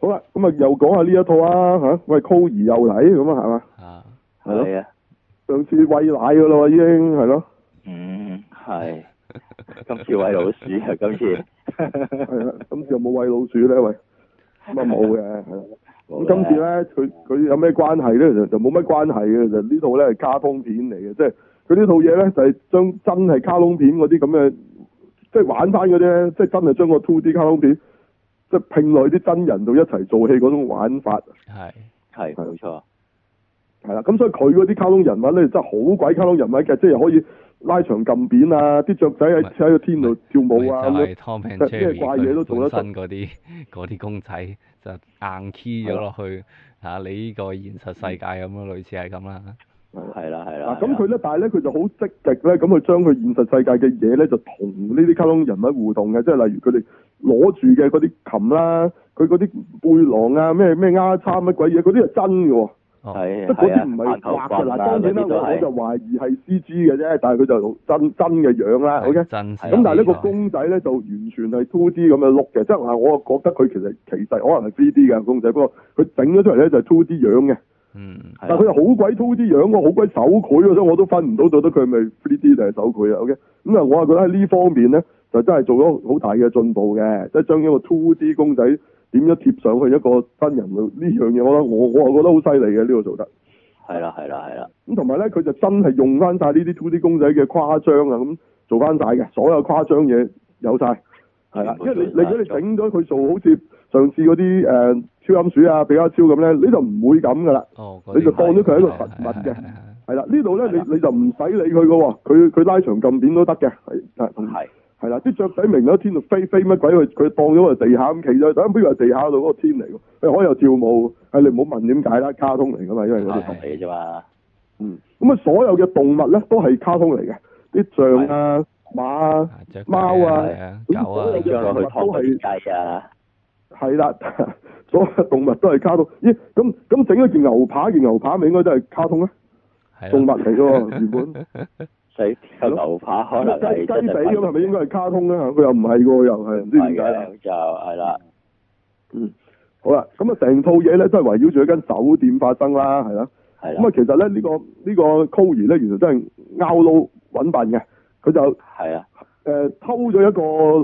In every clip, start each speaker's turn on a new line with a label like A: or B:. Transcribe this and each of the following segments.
A: 好啦，咁啊又講下呢一套啊嚇，喂 c o 又嚟咁啊係嘛？
B: 啊，
A: 係咯，
C: 係啊，
A: 上次喂奶噶啦喎已經係咯，
C: 嗯， 係。今次喂老鼠啊，今次。
A: 係啊，今次有冇喂老鼠咧？喂，咁啊冇嘅，係啦咁今次咧，佢佢有咩關係咧？其實就冇乜關係嘅，其實呢套咧係卡通片嚟嘅，即係佢呢套嘢咧就係將真係卡通片嗰啲咁嘅，即係玩翻嗰啲咧，即係真係將個 two D 卡通片，即係拼落去啲真人度一齊做戲嗰種玩法，
B: 係
C: 係冇錯，
A: 係啦。咁所以佢嗰啲卡通人物咧，真係好鬼卡通人物嘅，即係可以拉長撳扁啊，啲雀仔喺
B: 咪
A: 喺個天度跳舞啊
B: 咪就
A: 咁
B: 係
A: 樣。
B: Tom and
A: 即係
B: Jerry
A: 怪嘢都做得啊
B: 佢本身嗰啲 嗰啲公仔就硬 key 咗落去嚇你呢個現實世界咁咯，類似係咁啦。
C: 係啦係啦。
A: 啊嗱，咁佢咧，但係咧，佢就好積極咧，咁佢將佢現實世界嘅嘢咧，就同呢啲卡通人物互動嘅，即係例如佢哋攞住嘅嗰啲琴啦，佢嗰啲背囊啊，咩咩丫叉乜鬼嘢，嗰啲係真嘅喎，
B: 哦
C: 係
A: 即係嗰
C: 係啊，
A: 啲唔係
C: 眼球
A: 畫嘅。
C: 棍
A: 嗱，
C: 啊
A: 當然啦，
C: 嗰啲
A: 我
C: 都
A: 我
C: 係
A: 就懷疑係 C G 嘅啫，但係佢就真真嘅樣啦
B: 係
A: ，OK。
B: 真實
A: 咁但係呢個
B: 代
A: 公仔咧就完全係 two D 咁樣碌嘅，即係話我覺得佢其實其實可能係 3D 嘅公仔，不過佢整咗出嚟咧就係 two D 樣嘅。
B: 嗯
C: 係啊
A: 但佢又好鬼 two D 樣喎，好鬼手繪喎，所以我都分唔到到底佢係咪 three D 定係手繪啊。OK，咁啊，我係覺得喺呢方面咧，就真係做咗好大嘅進步嘅，即係將一個 two D 公仔點樣貼上去一個真人度呢樣嘢，我覺得我我係覺得好犀利嘅呢個做得。
C: 係啦係啦係啦，
A: 咁同埋咧，佢就真係用翻晒呢啲 two D 公仔嘅誇張啊，咁做翻晒嘅，所有誇張嘢有晒。係
C: 啊
A: 啦，因為你你如果你整咗佢做好似上次嗰啲誒超音鼠啊、比卡超咁咧，你就唔會咁噶啦。
B: 哦，
A: 你就當咗佢係一個實
B: 實
A: 物嘅係啦，呢度咧你你就唔使理佢嘅喎，佢佢拉長撳扁都得嘅，係係係
C: 係
A: 係啦，啲雀仔明咗天度飛飛乜鬼，佢佢當咗個地下咁企咗，等邊個係地下度嗰個天嚟喎，佢可以又跳舞，係你唔好問點解啦，卡通嚟噶嘛，因為嗰
C: 卡
A: 啲
C: 通嚟嘅啫嘛，
A: 嗯，咁啊所有嘅動物咧都係卡通嚟嘅，啲象啊、馬啊、
B: 啊雀仔
A: 貓啊
B: 係啊，狗啊，
A: 咁所有嘅
C: 將落去湯嗰啲雞啊，
A: 係啦， 所有動物都係卡通，咦咁咁整咗件牛扒，件牛扒咪應該都係卡通啊，
B: 係
A: 動物
B: 啦
A: 嚟嘅 喎原本。
C: 所以個牛扒可能
A: 雞
C: 係
A: 雞
C: 真
A: 髀
C: 係
A: 咁係咪應該係卡通咧？啊佢又唔係喎，又係唔知點
C: 係
A: 解啦。啊
C: 嘅就係啦，
A: 嗯，好啦，咁啊成套嘢咧都係圍繞住一間酒店發生啦，係啦。
C: 係
A: 咁
C: 啦
A: 啊，其實咧呢、個呢、個 Cory 咧原來真係拗撈揾笨嘅，佢就誒、
C: 係啊啦，
A: 呃偷咗一個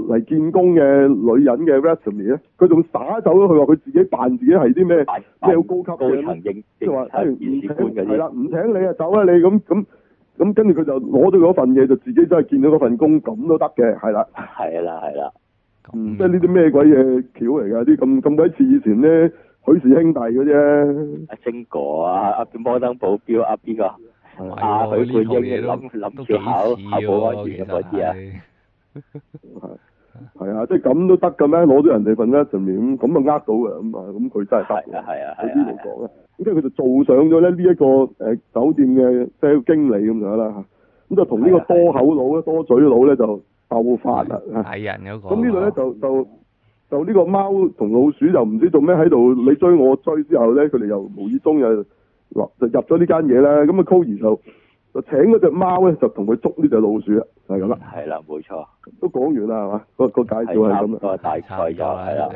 A: 嚟見工嘅女人嘅 resume 咧，佢仲耍走咗佢話佢自己扮自己係啲咩，即係好高級
C: 高
A: 嘅
C: 層應
A: 即係話哎
C: 應察
A: 唔
C: 面
A: 請
C: 試官嗰
A: 係
C: 啲，
A: 啦，唔請你啊走啦你咁咁咁，跟住佢就攞咗嗰份嘢就自己真係見到嗰份工咁都得嘅，係啦。
C: 係啦係啦，
A: 嗯，即係呢啲咩鬼嘢橋嚟㗎？啲咁咁鬼似以前咧許氏兄弟嗰啊啫，
C: 阿晶哥啊，阿摩登保鏢啊，邊個？
B: 係喎
C: 啊許
B: 呢套
C: 冠英
B: 嘢都
C: 諗諗
B: 都
C: 住考
B: 幾似
C: 考保安
B: 喎
C: 員
B: 其
C: 嗰
B: 實
C: 啲啊
B: 係
A: 係啊，即係咁都得嘅咩？攞咗人哋份 resume 咁咁啊呃到㗎咁啊，咁佢真係
C: 係
A: 得
C: 啊
A: 㗎。
C: 係啊
A: 喺呢
C: 係
A: 度
C: 啊，
A: 講啦，咁跟住佢就做上咗咧呢一個誒酒店嘅即係經理咁樣啦嚇，咁就同呢個
C: 啊
A: 多口佬咧、多嘴佬咧就鬥法啦嚇。
B: 蟻人嗰個。
A: 啊
B: 啊
A: 咁呢度咧就就就呢個貓同老鼠就唔知做咩喺度你追我追之後咧，佢哋又無意中又入就入咗呢間嘢啦。咁啊 c o y 就就請嗰只貓咧就同佢捉呢只老鼠啦，就係咁啦。
C: 係啦冇錯，
A: 都講完啦，係嘛？個個介紹係
C: 係差唔
A: 咁啦。啊
C: 多大概就
B: 差唔多啦
C: 係啦，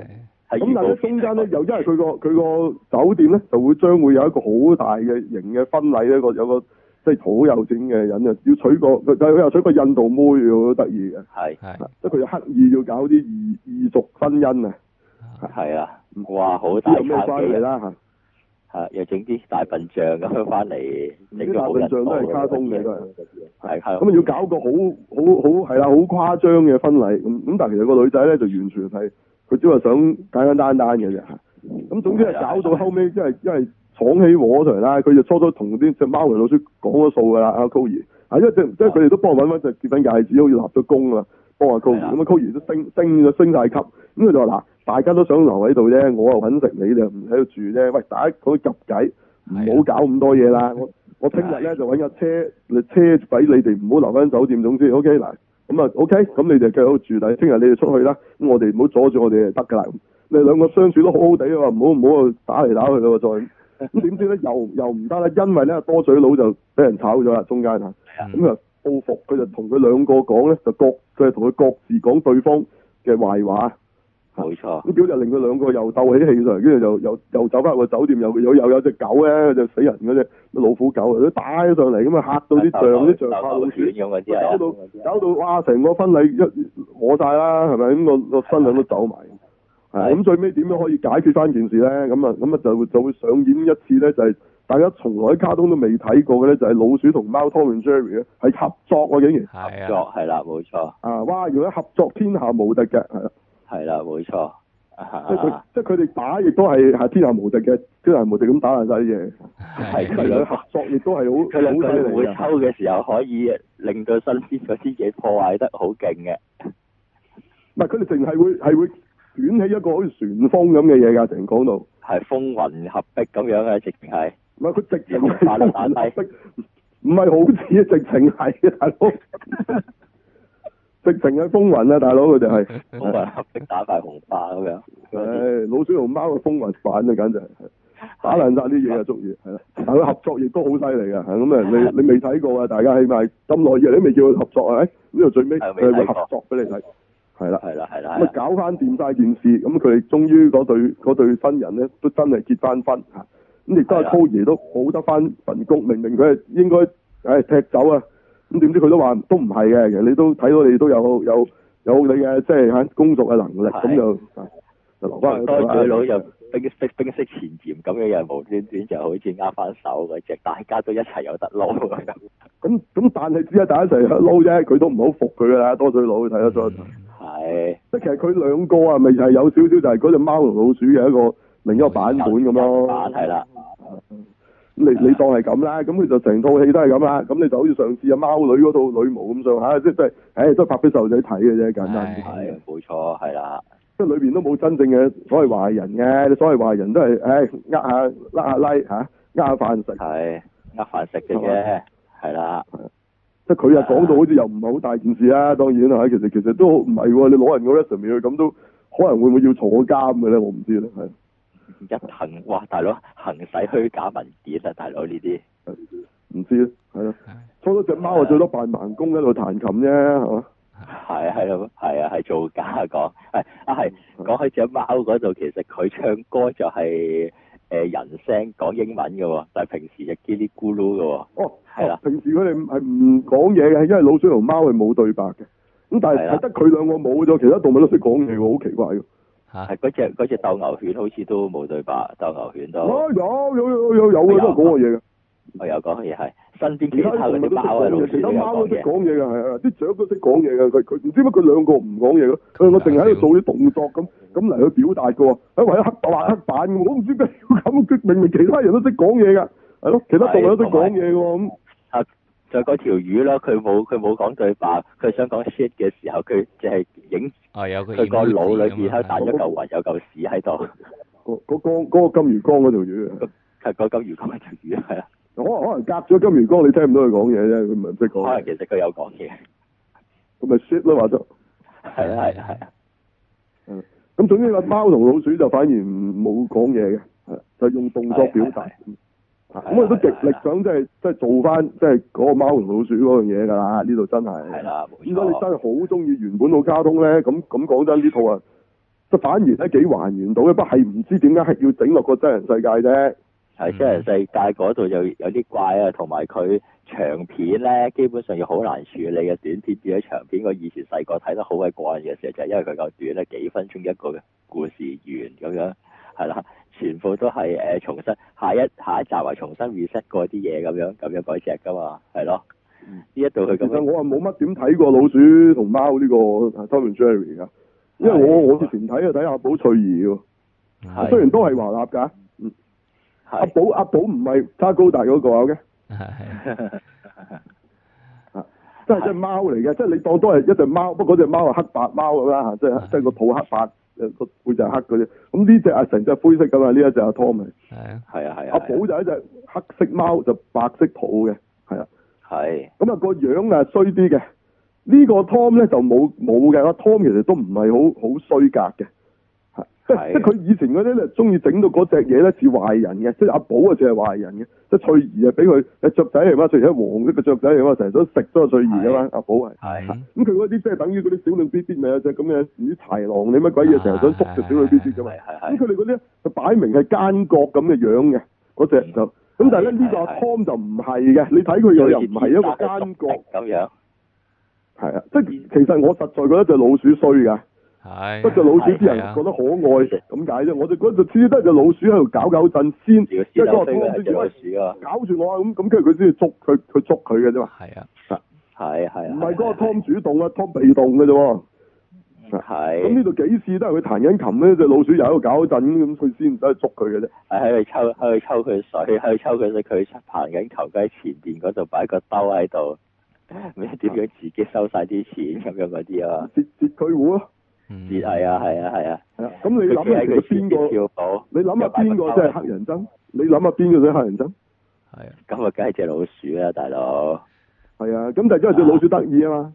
C: 係
A: 咁但係咧
C: 預告
A: 中
C: 片
A: 間
C: 嚟
A: 咧
C: 講
A: 又因為佢個佢個酒店咧就會將會有一個好大嘅型嘅婚禮咧，個有個即係好有錢嘅人啊，要娶個佢佢又娶個印度妹喎，好得意嘅，
C: 係
B: 係
A: 即係佢又刻意要搞啲異異族婚姻啊。
C: 係啊，哇好大
A: 嗯知有咩
C: 產
A: 關係
C: 嘅。
A: 啦嚇？
C: 係又整啲大笨象咁樣翻嚟，
A: 呢
C: 整
A: 啲
C: 個
A: 大
C: 好
A: 笨
C: 人
A: 象都係
C: 道
A: 卡
C: 嘅
A: 通嘅
C: 嘢
A: 都係，
C: 係卡通
A: 咁啊要搞個好好好係啦，好誇張嘅婚禮咁咁，但係其實個女仔咧就完全係佢只係想簡簡單單嘅啫。咁總之係搞到後
C: 啊
A: 尾，即係因為闖起禍上嚟啦，佢就初初同啲只貓同老鼠講咗數㗎啦，阿 c o y 啊，因為即即係佢哋都幫我揾翻隻結婚戒指，好似立咗功啦，幫阿 c o y
C: 係啊
A: 咁啊 c o y 都升升咗升晒級，咁佢就話嗱，大家都想留喺度啫，我又揾食，你哋又唔喺度住啫，喂，大家講夾計。唔
C: 啊
A: 好搞咁多嘢啦。我我聽日咧就揾架車，你車俾你哋唔好留翻酒店。總之，OK 嗱，咁啊 OK，咁你哋繼續住，但係聽日你哋出去啦。咁我哋唔好阻住我哋就得㗎啦。你哋兩個相處都好好地啊，唔好唔好打嚟打去咯，再咁點知咧又又唔得啦，因為咧多嘴佬就俾人炒咗啦，中間嚇
B: 嗯
A: 咁啊報復，佢就同佢兩個講咧，就各佢就同佢各自講對方嘅壞話。
C: 冇錯，
A: 咁屌就令佢兩個又鬥起氣上嚟，跟住又又又走翻去酒店，又又又有隻狗咧，就死人嗰只老虎狗，佢打起上嚟咁啊嚇到啲象，啲象
C: 鬥
A: 怕
C: 鬥
A: 老鼠
C: 犬。咁嗰啲
A: 搞
C: 啊，
A: 到搞到哇！成個婚禮一我晒啦，係咪咁個個新娘都走埋？係啊
C: 啊係
A: 咁最尾點樣可以解決翻件事咧？咁啊咁啊就會就會上演一次咧，就係、大家從來喺卡通都未睇過嘅咧，就係、老鼠同貓 Tom and Jerry 咧係合作喎，竟然
B: 係
C: 合
B: 啊，
C: 作係啦，冇錯，
A: 啊哇！原來合作天下無敵嘅，係啦，啊
C: 係啦，冇錯，
A: 即係佢
C: 啊
A: 即係佢哋打亦都係係天下無敵嘅，天下無敵咁打爛晒啲嘢。
C: 係
B: 啊
C: 啊
A: 佢哋合作亦都係好
C: 佢兩
A: 好犀
C: 個
A: 利啊
C: 會
A: 嘅。
C: 抽嘅時候，可以令到身邊嗰啲嘢破壞得好勁嘅，
A: 唔係佢哋淨係會係會捲起一個好似旋風咁嘅嘢㗎，成講到。
C: 係風雲合璧咁樣嘅，直情係
A: 唔係佢直情係風雲 合璧，唔係好似啊，直情係啊，大佬， 直情係風雲啊，大佬佢哋係，
C: 風雲合璧打敗紅花咁樣。
A: 唉，老鼠同貓嘅風雲版啊，簡直係打爛晒啲嘢啊，足以係啦，但佢合作亦都好犀利㗎，係咁啊，你你未睇過啊，大家起碼咁耐以嚟都未叫佢合作係咪？呢度最尾
C: 係
A: 佢
C: 未睇過
A: 會合作俾你睇，係啦。
C: 係啦，係
A: 咁
C: 啦，係
A: 啊
C: 啦，
A: 搞翻掂晒件事，咁佢哋終於嗰對嗰對新人咧都真係結翻婚嚇，咁亦都
C: 係
A: 係
C: 啊
A: c o y 都好得翻份工，明明佢係應該誒踢走啊，咁點知佢都話都唔係嘅，其實你都睇到你都有有有你嘅即係嚇工作嘅能力，
C: 係
A: 咁就啊就留翻
C: 多嘴佬
A: 又
C: 又冰釋冰釋前嫌咁樣，又無端端就好似握翻手嗰只，大家都一齊有得撈啊咁樣。
A: 咁咁，但係只係大家一齊撈啫，佢都唔好服佢㗎啦，多嘴佬睇得出。
C: 係
A: 即係其實佢兩個啊，咪就係有少少就係嗰只貓同老鼠嘅一個另一個版本咁咯。
C: 版係啦，
A: 你你當係咁啦，咁佢就成套戲都係咁啦，咁你就好似上次啊貓女嗰套女巫咁上下，即係即係，唉，都係拍俾細路仔睇嘅啫，簡單啲
B: 係
A: 講，
C: 係冇錯，係啦，
A: 即係裏邊都冇真正嘅所謂壞人嘅，你所謂壞人都係唉呃下拉下拉嚇，呃下飯食，
C: 係呃飯食嘅啫，係啦，
A: 即係佢
C: 啊
A: 又講到好似又唔係好大件事啦，當然啦，其實其實都唔係喎，你攞人個 resume 去咁都可能會唔會要坐監嘅咧？我唔知咧，係
C: 一行哇，大佬行使虛假文件啊，大佬呢啲
A: 唔知咧，係咯，初初只貓啊最多扮盲公喺度彈琴啫，係嘛？
C: 係係咯，係啊，係造假講，係啊係講起只貓嗰度，其實佢唱歌就係誒人聲講英文嘅喎，但係平時就嘰哩咕嚕嘅喎。
A: 哦，
C: 係啦
A: 哦平時佢哋係唔講嘢嘅，因為老鼠同貓係冇對白嘅。咁但
C: 係
A: 係
C: 啦
A: 係得佢兩個冇咗，其他動物都識講嘢喎，好奇怪嘅。
B: 嚇
C: 係嗰只嗰只鬥牛犬好似都冇對白，鬥牛犬都
A: 啊有有有有有嘅，都
C: 有
A: 係講過嘢嘅。
C: 我有講嘢係身邊
A: 其
C: 其
A: 他
C: 他嗰
A: 動物都
C: 啲
A: 識講嘢，其他
C: 貓啊、老鼠都有
A: 貓都
C: 講
A: 識
C: 嘢，
A: 講嘢嘅，係啊，啲雀都識講嘢嘅。佢佢唔知乜佢兩個唔講嘢嘅，佢我淨係喺度做啲動作咁咁嚟去表達嘅喎。喺為咗黑白畫黑板嘅，我唔知點解要咁。佢明明其他人都識講嘢㗎，係咯，其他動物都識講嘢嘅喎咁。
C: 就嗰條魚啦，佢冇佢冇講對白，佢想講 shit 嘅時候，佢就係影
B: 哦有個
C: 佢個
B: emoji
C: 腦裏
B: 咁
C: 邊
B: 樣
C: 喺度彈咗嚿雲，有嚿屎喺度，
A: 嗰嗰缸嗰個金魚缸嗰條魚，
C: 係嗰嚿魚嗰條魚係啊，
A: 可能可能隔咗金魚缸，你聽唔到佢講嘢啫，佢唔係唔識講
C: 可
A: 嘢
C: 能。其實佢有講嘢，
A: 咁咪 shit 咯，話咗。
C: 係啊係啊係啊，
A: 嗯咁總之個貓同老鼠就反而唔冇講嘢嘅，係就用動作表達
C: 係。
A: 啊咁我哋都極力想即係即係做翻即係嗰個貓同老鼠嗰樣嘢㗎啦，呢度真
C: 係
A: 係。
C: 啦
A: 如
C: 冇
A: 果你真
C: 錯，
A: 係好中意原本套卡通咧，咁咁講真呢套啊，就反而咧幾還原到嘅，不過係唔知點解係要整落個真人世界啫。
C: 係真人世界嗰度有有啲怪啊，同埋佢長片咧，基本上要好難處理嘅短片變咗長片。我以前細個睇得好鬼過癮嘅時候，就係、因為佢夠短咧，幾分鐘一個嘅故事完咁樣，係啦，全部都係誒、呃重新下一下一集啊，重新 reset 過啲嘢咁樣咁樣嗰只噶嘛，係咯。呢一度佢
A: 其
C: 咁
A: 實
C: 樣
A: 我啊冇乜點睇過老鼠同貓呢個啊 Tom and Jerry 㗎，因為我我之前睇啊睇阿寶翠兒喎，
C: 係
A: 雖然都係華納㗎。嗯阿
C: 係
A: 寶阿寶唔係揸高達嗰個啊嘅，
B: 係
A: 即係隻貓嚟嘅，即係你當都係一隻貓，不過嗰隻貓係黑白貓咁啦嚇，即係
B: 係
A: 即係個肚黑白，誒個背就係黑嗰啲。咁呢只啊成隻灰色咁啊，呢一隻阿 Tom 嚟。
B: 係啊
C: 係啊係
A: 阿
C: 啊
A: 寶就係一隻黑色貓，就白色肚嘅，係啊。
C: 係
A: 咁啊個樣啊衰啲嘅，呢個 Tom 咧就冇冇嘅，阿 Tom 其實都唔係好好衰格嘅。即
C: 係
A: 即佢以前嗰啲咧，中意整到嗰只嘢咧似壞人嘅，即係阿寶啊似係壞人嘅，即係翠兒啊俾佢誒雀仔嚟嘛，翠兒係黃色嘅雀仔嚟嘛，成日都食咗個翠兒噶啊嘛，阿寶係。
B: 係
A: 咁佢嗰啲即係等於嗰啲小女 B B 咪有隻咁嘅唔知豺狼你乜鬼嘢，成日想捉隻小女 B B 噶嘛。
C: 係
A: 咁
C: 係係
A: 佢哋嗰啲咧就擺明係奸角咁嘅樣嘅，嗰只就咁，但係咧呢個阿
C: 係係
A: Tom 就唔係嘅，你睇佢又又唔係一個奸角，
C: 咁樣，
A: 係啊，即係其實我實在覺得隻老鼠衰㗎，
B: 係，
A: 不過隻老鼠啲人
B: 係啊
A: 覺得可愛咁解啫，我就嗰陣次都係隻老鼠喺度搞搞震先，
C: 如果
A: 即係嗰
C: 師奶
A: 個
C: 飛咧
A: Tom 先
C: 係隻
A: 至
C: 老
A: 喂
C: 鼠啊，
A: 搞住我啊咁，咁跟住佢先至捉佢，佢捉佢嘅啫嘛，
B: 係啊，
C: 係係
A: 唔係嗰個 Tom 主動啊，Tom 被動嘅啫喎。咁呢
C: 係
A: 度幾次都係佢彈緊琴咧，只老鼠又喺度搞震咁，佢先唔使去捉佢嘅啫。
C: 係喺度抽喺度抽佢水，喺度抽佢水，佢行緊球雞前邊嗰度擺個兜喺度，唔知點樣自己收晒啲錢咁樣嗰啲啊嘛，
A: 截截佢糊咯，
B: 嗯
C: 係係啊係啊係啊，
A: 係啊。咁你諗下其
C: 佢
A: 實
C: 企
A: 邊
C: 喺佢前邊
A: 個？
C: 跳舞，
A: 你諗下邊個
C: 啊
A: 真係黑人憎？你諗下邊個真係黑人憎？
B: 係啊
C: 咁啊梗係隻老鼠啦，大佬，
A: 係啊，咁但係因為隻老鼠得意啊嘛，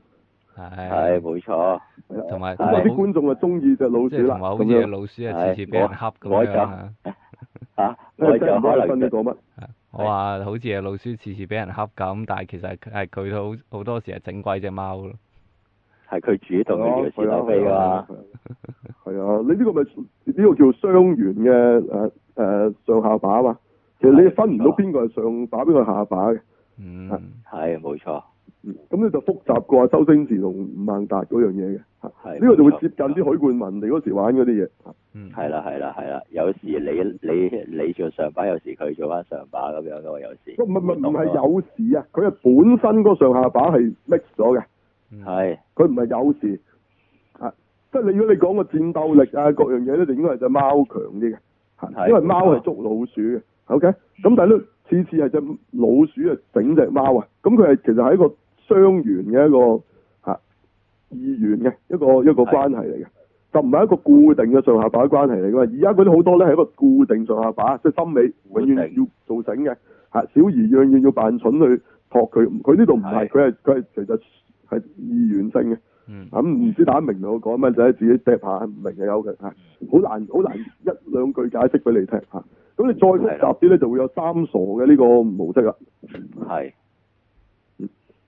C: 係
B: 係，啊
C: 冇錯。
A: 係啊
B: 同埋
A: 咁啊
C: 係
A: 啲觀眾就中意隻老
B: 即
A: 鼠
B: 係
A: 啦，
B: 同埋好
A: 咁
B: 似隻
A: 樣。
B: 老鼠係次次俾人恰
C: 我
B: 咁
C: 就
B: 樣啊！
C: 啊，我
A: 真
C: 就
A: 係唔
C: 可
A: 好分
C: 能
A: 你講乜，
B: 我話好似隻老鼠次次俾人恰咁，但係其實係佢好好多時係整鬼只貓咯。
C: 係佢主動嘅
A: 係
C: 時
A: 啊
C: 候飛
A: 係
C: 㗎
A: 啊
C: 嘛，
A: 係啊係啊，你呢個咪呢個叫雙元嘅誒誒上下把啊嘛。其實你分唔
C: 哦
A: 到邊個係上把，邊個係下把嘅。
B: 嗯，
C: 係冇錯，
A: 嗯咁你就複雜過阿周星馳同吳孟達嗰樣嘢嘅。嚇
C: 係
A: 呢個就會
C: 冇錯
A: 接近啲許冠文你嗰時玩嗰啲嘢。
B: 嗯，
C: 係啦係啦係啦，有時你你你做上把，有時佢做翻上把咁樣嘅喎，有時
A: 唔係唔係唔係有時啊，佢係本身嗰上下把係 mix 咗嘅，
B: 嗯，
C: 係
A: 佢唔係有時啊，即係你如果你講個戰鬥力啊各樣嘢咧，就應該係只貓強啲嘅，嚇
C: 係
A: 因為貓係捉老鼠嘅，OK，咁但係咧次次係只老鼠啊整只貓啊，咁佢係其實係一個雙元嘅一個嚇二元嘅一個一個
C: 係
A: 關係嚟嘅。就唔係一個固定嘅上下把關係嚟㗎嘛，而家嗰啲好多咧係一個固定上下把，即係心理永遠要做醒嘅。嚇，啊小兒樣樣要扮蠢去托佢，佢呢度唔係，
C: 係
A: 佢係佢係其實係二元性嘅。啊
B: 嗯，
A: 咁唔知大家明唔明我講乜？就係自己趯下，唔明就有嘅嚇。好難好難一兩句解釋俾你聽嚇。咁你再複雜啲咧，就會有三傻嘅呢個模式啦。
C: 係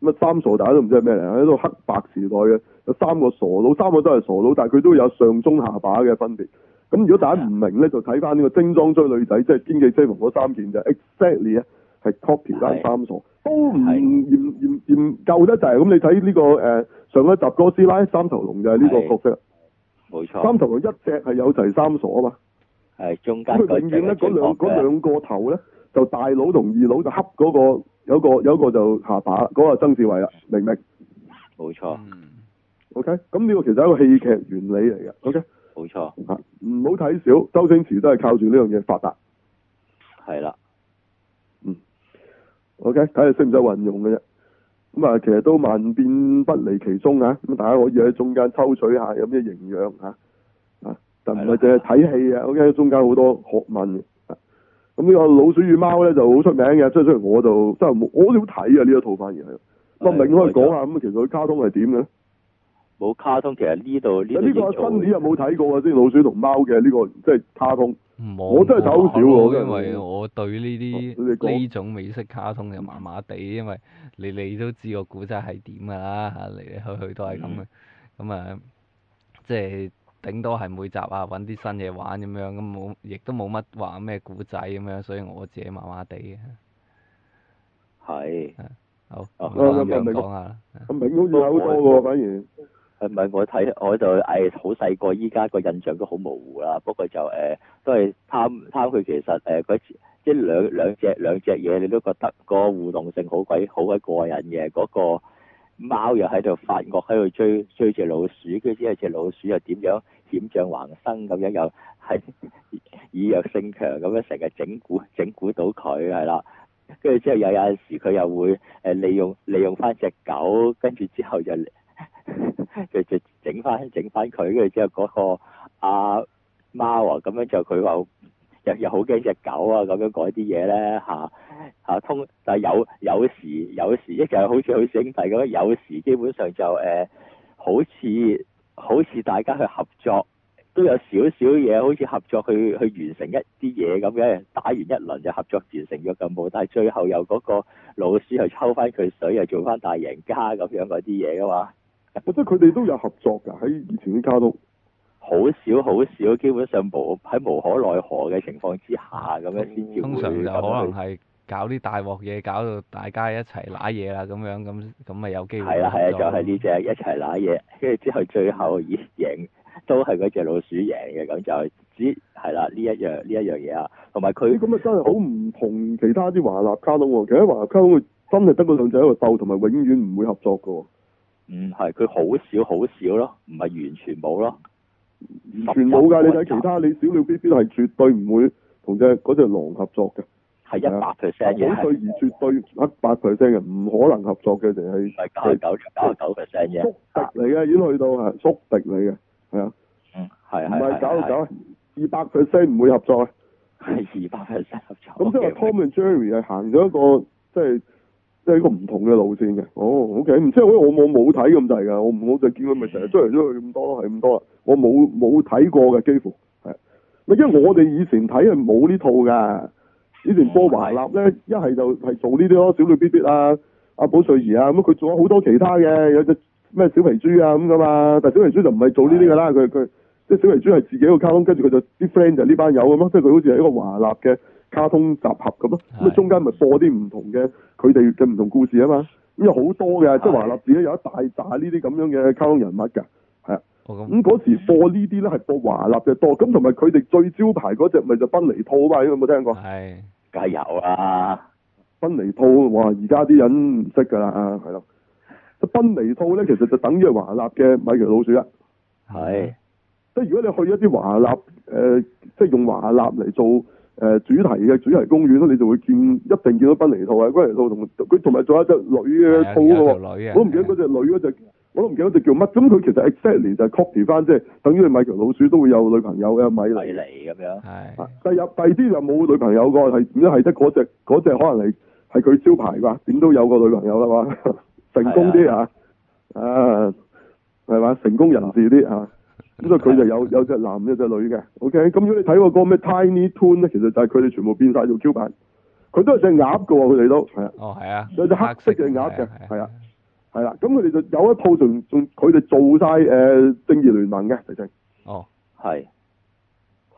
A: 咁啊，三傻大家都唔知係咩嚟，喺度黑白時代嘅，有三個傻佬，三個都係傻佬，但係佢都有上中下把嘅分別。咁如果大家唔明咧，就睇翻呢個精裝追女仔，即係堅記追夢嗰三件就 exactly 啊，係 copy 翻
C: 係
A: 三傻，都唔
C: 係
A: 嚴嚴嚴夠得滯。咁你睇呢、個誒、呃上一集哥斯拉三頭龍就係呢
C: 係
A: 個角色，
C: 冇
A: 三
C: 錯，
A: 頭龍一隻係有齊三傻啊嘛。
C: 係中間
A: 咁佢
C: 嗰
A: 永遠咧
C: 隻
A: 嗰兩嗰
C: 兩
A: 兩個頭咧，就大佬同二佬就恰嗰、個有個有一個就下巴，嗰、個曾志偉啦，明唔明
C: 冇錯
B: 嗯，
A: ？OK，咁呢個其實係一個戲劇原理嚟嘅。OK，
C: 冇錯，
A: 嚇唔好睇少，周星馳都係靠住呢樣嘢發達。
C: 係啦，
A: OK，睇你識唔識運用嘅啫。咁啊，其實都萬變不離其宗啊！咁大家可以喺中間抽取下有咩營養嚇啊，但唔係淨係睇戲啊。OK，中間好多學問嘅。啊咁呢個老鼠與貓咧就好出名嘅，即係雖然我就真係冇，我都好睇啊呢一套反而係。咁啊，明可以講下咁，其實佢卡通係點嘅咧？
C: 冇卡通，其實呢度呢度
A: 呢個
C: 已經
A: 阿
C: 做
A: 新年有冇睇過啊？先老鼠同貓嘅呢個即係卡通。
B: 冇，
A: 我真係睇好少喎真係
B: 因為我對呢
A: 哦你
B: 啲
A: 講
B: 呢種美式卡通就麻麻地，因為你你都知個古仔係點㗎啦嚇，嚟嚟去去都係咁嘅，咁啊即係頂多係每集啊揾啲新嘢玩咁樣，咁冇亦都冇乜話咩古仔咁樣，所以我自己麻麻地嘅。
C: 係
B: 好，
C: 哦
B: 咁啊
A: 咁啊
B: 咁
A: 明
B: 講下啦。
A: 阿明好似有好多喎，反而。
C: 係咪我睇我就誒好細個，依家個印象都好模糊啦。不過就誒、都係貪貪佢其實誒嗰、即係兩兩隻兩隻嘢，你都覺得個互動性好鬼好鬼過癮嘅。嗰、個貓又喺度發惡，喺度追追隻老鼠，跟住之後隻老鼠又點樣險象橫生咁樣，又係 以弱勝強咁樣成日整蠱整蠱到佢係啦。跟住之後又有陣時佢又會誒、利用利用翻只狗，跟住之後就。就就整翻整翻佢，跟住之後嗰、個阿、貓啊，咁樣就佢話又又好驚只狗啊，咁樣嗰啲嘢咧嚇嚇通，但係有有時有時一係好似好兄弟咁樣，有時基本上就誒、好似好似大家去合作都有少少嘢，好似合作去去完成一啲嘢咁嘅，打完一輪就合作完成咗任務，但係最後又嗰個老師又抽翻佢水，又做翻大贏家咁樣嗰啲嘢噶嘛，
A: 即係佢哋都有合作㗎，喺以前啲卡通。
C: 好少好少，基本上無喺無可奈何嘅情況之下咁樣先至
B: 通
C: 會
B: 常就可
C: 咁樣
B: 能
C: 去
B: 係搞啲大鑊嘢，搞到大家一齊揦嘢啦，咁樣咁咁咪有機會
C: 係啦係
B: 合
C: 啊，
B: 作
C: 就係呢只一齊揦嘢，跟住之後最後咦贏都係嗰只老鼠贏嘅，咁就只係啦呢一樣呢一樣嘢啊，同埋佢
A: 咦，咁啊真係好唔同其他啲華納卡通喎。其他華納卡通佢真係得嗰兩隻喺度鬥，同埋永遠唔會合作㗎
C: 嗯，係佢好少好少咯，唔係完全冇咯。
A: 喎，完全冇㗎。你睇其他，你小鳥 B B 係絕對唔會同隻嗰隻狼合作嘅，
C: 係一百 percent
A: 係啊
C: 嘅，
A: 好對
C: 係
A: 而絕對一百 percent 嘅，唔可能合作嘅，淨係
C: 係九十九九十九 percent
A: 宿
C: 嘅。
A: 敵嚟嘅，已經去到係宿敵嚟嘅，係啊，
C: 嗯，係
A: 唔
C: 係
A: 係
C: 係
A: 搞搞二百 percent 唔會合作啊。
C: 係二百 percent 合作。
A: 咁即係話 Tom and Jerry 係行咗一個即係即係一個唔同嘅路線嘅。哦，OK，唔知我我我冇睇咁滯㗎，我唔我就見佢咪成日追嚟追去咁多咯，係咁多啦。我冇冇睇過嘅幾乎係，咪因為我哋以前睇係冇呢套㗎。以前波華納咧，一係就係做呢啲咯，小女 B B 啊，阿寶翠兒啊，咁佢做咗好多其他嘅，有隻咩小皮豬啊咁噶嘛。但小皮豬就唔係做呢啲㗎啦，佢佢即係小皮豬係自己個卡通，跟住佢就啲 friend 就呢班友咁咯，即係佢好似係一個華納嘅卡通集合咁咯。咁啊
B: 係
A: 中間咪播啲唔同嘅佢哋嘅唔同故事啊嘛。咁有好多嘅，即係華納自己有一大扎呢啲咁樣嘅卡通人物㗎。
B: 我哦咁
A: 咁嗰時播呢啲咧係播華納嘅多，咁同埋佢哋最招牌嗰隻咪就賓尼兔啊嘛，你有冇聽過？
B: 係
C: 梗係有啦，
A: 賓尼兔，哇！而家啲人唔識㗎啦，啊，係咯。即賓尼兔咧，其實就等於華納嘅米奇老鼠啊啦。
B: 啊
C: 係
A: 即係如果你去一啲華納，誒、呃即係用華納嚟做誒、呃主題嘅主題公園咧，你就會見一定見到賓尼兔啊，賓尼兔同佢同埋仲有一隻女
B: 係
A: 嘅
B: 啊
A: 兔㗎
B: 有條
A: 喎。
B: 女啊，
A: 我都唔記得嗰隻女嗰隻，我都唔記得嗰隻叫乜。咁佢其實 exactly 就係 copy 翻，即係等於你米奇老鼠都會有女朋友嘅米
C: 米
A: 嚟。
C: 嚟咁樣。
B: 係
A: 啊第日第二啲就冇女朋友個，係點咧？係得嗰只嗰只可能係係佢招牌啩，點都有個女朋友啦嘛， 成功啲啊，啊係嘛，成功人士啲啊，咁所以佢就 有有隻男一隻女嘅，OK，咁如果你睇過嗰個咩 Tiny Toon 咧，其實就係佢哋全部變晒做 Q 版，佢都係隻鴨嘅喎，佢哋都係啊。
B: 哦係啊，
A: 有隻黑色嘅鴨嘅
B: 係啊
A: 係啊，係啦，咁佢哋就有一套仲仲佢哋做晒誒、呃正義聯盟嘅，直情
B: 哦
C: 係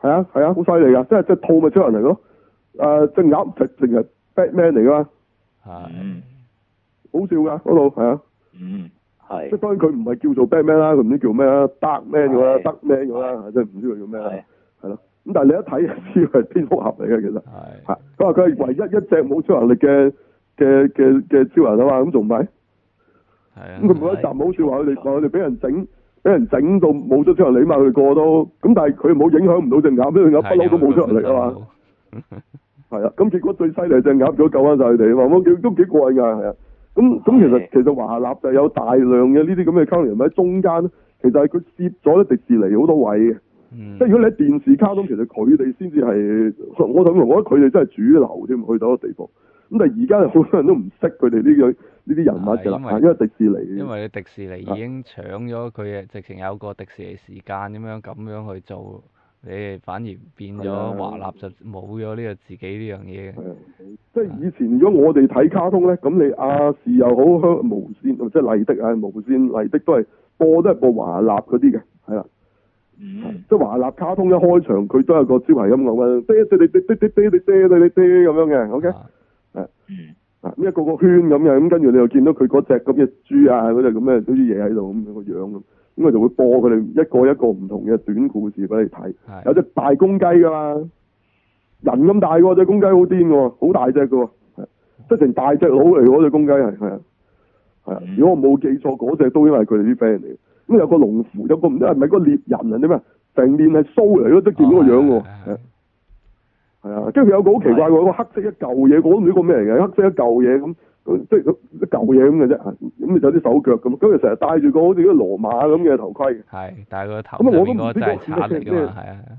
A: 係啊係啊，好犀利噶，即係即係套咪超人嚟咯，誒、隻鴨直情係 Batman 嚟噶嘛，
B: 係
C: 嗯
A: 好笑噶嗰度係啊，
C: 嗯
A: 即
C: 係
A: 係當然佢唔係叫做 Batman 啦，佢唔知叫咩啦，Darkman 咁啦
C: 係
A: ，Darkman 咁啦，即係唔知佢叫咩啦，
C: 係
A: 係咯，咁但係你一睇就知佢係蝙蝠俠嚟嘅其實，
B: 係
A: 嚇佢話佢係唯一一隻冇超能力嘅嘅嘅嘅超人啊嘛，咁仲唔係？
B: 係啊，
A: 咁佢每一集冇好似話佢哋話佢哋俾人整，俾人整到冇咗超能力嘛，佢哋個個都咁，但係佢冇影響唔到隻鴨，因為隻鴨不嬲都冇超能力啊嘛，
B: 嘛，
A: 係啊，咁結果最犀利係隻鴨咗救翻晒佢哋啊嘛，咁幾都幾過癮㗎，係啊，咁咁其實
C: 係
A: 其實華納就有大量嘅呢啲咁嘅卡通人物喺中間咧，其實係佢攝咗咧迪士尼好多位嘅，
B: 嗯
A: 即係如果你喺電視卡通，其實佢哋先至係我諗，我覺得佢哋真係主流添，去到一個地步。咁但係而家好多人都唔識佢哋呢個呢啲人物㗎啦，啊
B: 係
A: 因為迪士尼
B: 因為你迪士尼已經搶咗佢嘅，直情有個迪士尼時間咁樣咁樣去做，你哋反而變
A: 係啊
B: 咗華納就冇咗呢個自己呢樣嘢嘅。
A: 係啊即係以前如果我哋睇卡通咧，咁你亞視又好，香無線即係麗的啊，無線麗的都係播都係播華納嗰啲嘅，係啦，
C: 嗯
A: 即係華納卡通一開場佢都有個招牌音樂嘅，滴滴滴滴滴滴滴滴滴滴咁樣嘅，OK
B: 啊
C: 嗯
A: 啊，咁一個個圈咁嘅，咁跟住你又見到佢嗰只咁嘅豬啊，嗰隻咁嘅好似嘢喺度咁樣個樣咁，咁佢就會播佢哋一個一個唔同嘅短故事俾你睇。有
B: 係
A: 隻大公雞㗎嘛，人咁大喎，只公雞好癲㗎喎，好大隻㗎喎，係即係成大隻佬嚟嗰只公雞係係啊，係啊
C: 嗯，
A: 如果我冇記錯，嗰只都應該係佢哋啲 friend 嚟嘅。咁有個農夫，有個唔知係咪嗰個獵人啊啲咩，成面係鬚嚟咯，即係見到個樣㗎喎，係啊係啊，跟住佢有個好奇怪喎，有個黑色一嚿嘢，我都唔知個咩嚟嘅，黑色一嚿嘢咁。咁即係一嚿嘢咁嘅啫，咁你就有啲手腳咁，咁佢成日戴住個好似啲羅馬咁嘅頭盔嘅，
B: 係，但係個頭
A: 咁
B: 上
A: 啊我都
B: 面
A: 唔
B: 嗰個
A: 知
B: 真係
A: 嗰個
B: 賊嚟
A: 咩
B: 㗎嘛，係啊，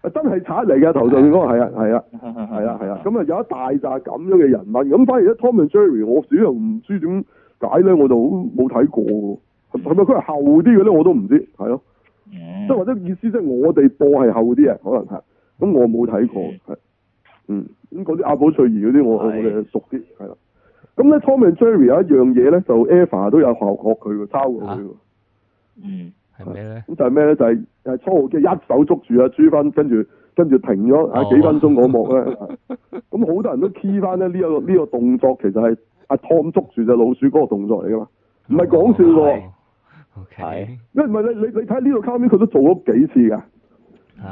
A: 啊真係賊嚟嘅頭上面嗰個係啊係啊，
C: 係
A: 係啊係啊，咁啊有一大扎咁樣嘅人物，咁反而咧 Tom and Jerry 我主要唔知點解咧，我就好冇睇過喎。係係咪佢係後啲嘅咧？我都唔知，係咯，即
C: 嗯
A: 係或者意思即係我哋播係後啲啊，可能係。咁我冇睇過，係嗯，咁嗰啲阿寶翠兒嗰啲我我
C: 係
A: 哋熟啲，係啦。咁咧 Tom and Jerry 啊有一樣嘢咧，就 Eva 都有學學佢喎，抄過佢喎。
C: 嗯
B: 係咩咧？
A: 咁就係咩咧？就係係初號機一手捉住阿朱芬，跟住跟住停咗啊
B: 哦
A: 幾分鐘嗰幕咧。咁好多人都 key 翻咧呢一個呢個動作，其實係阿 Tom 捉住只老鼠嗰個動作嚟噶嘛，唔係講笑嘅喎。
B: 哦。O K，
C: 係
A: 因為唔係你你你睇呢度卡面，佢都做咗幾次㗎。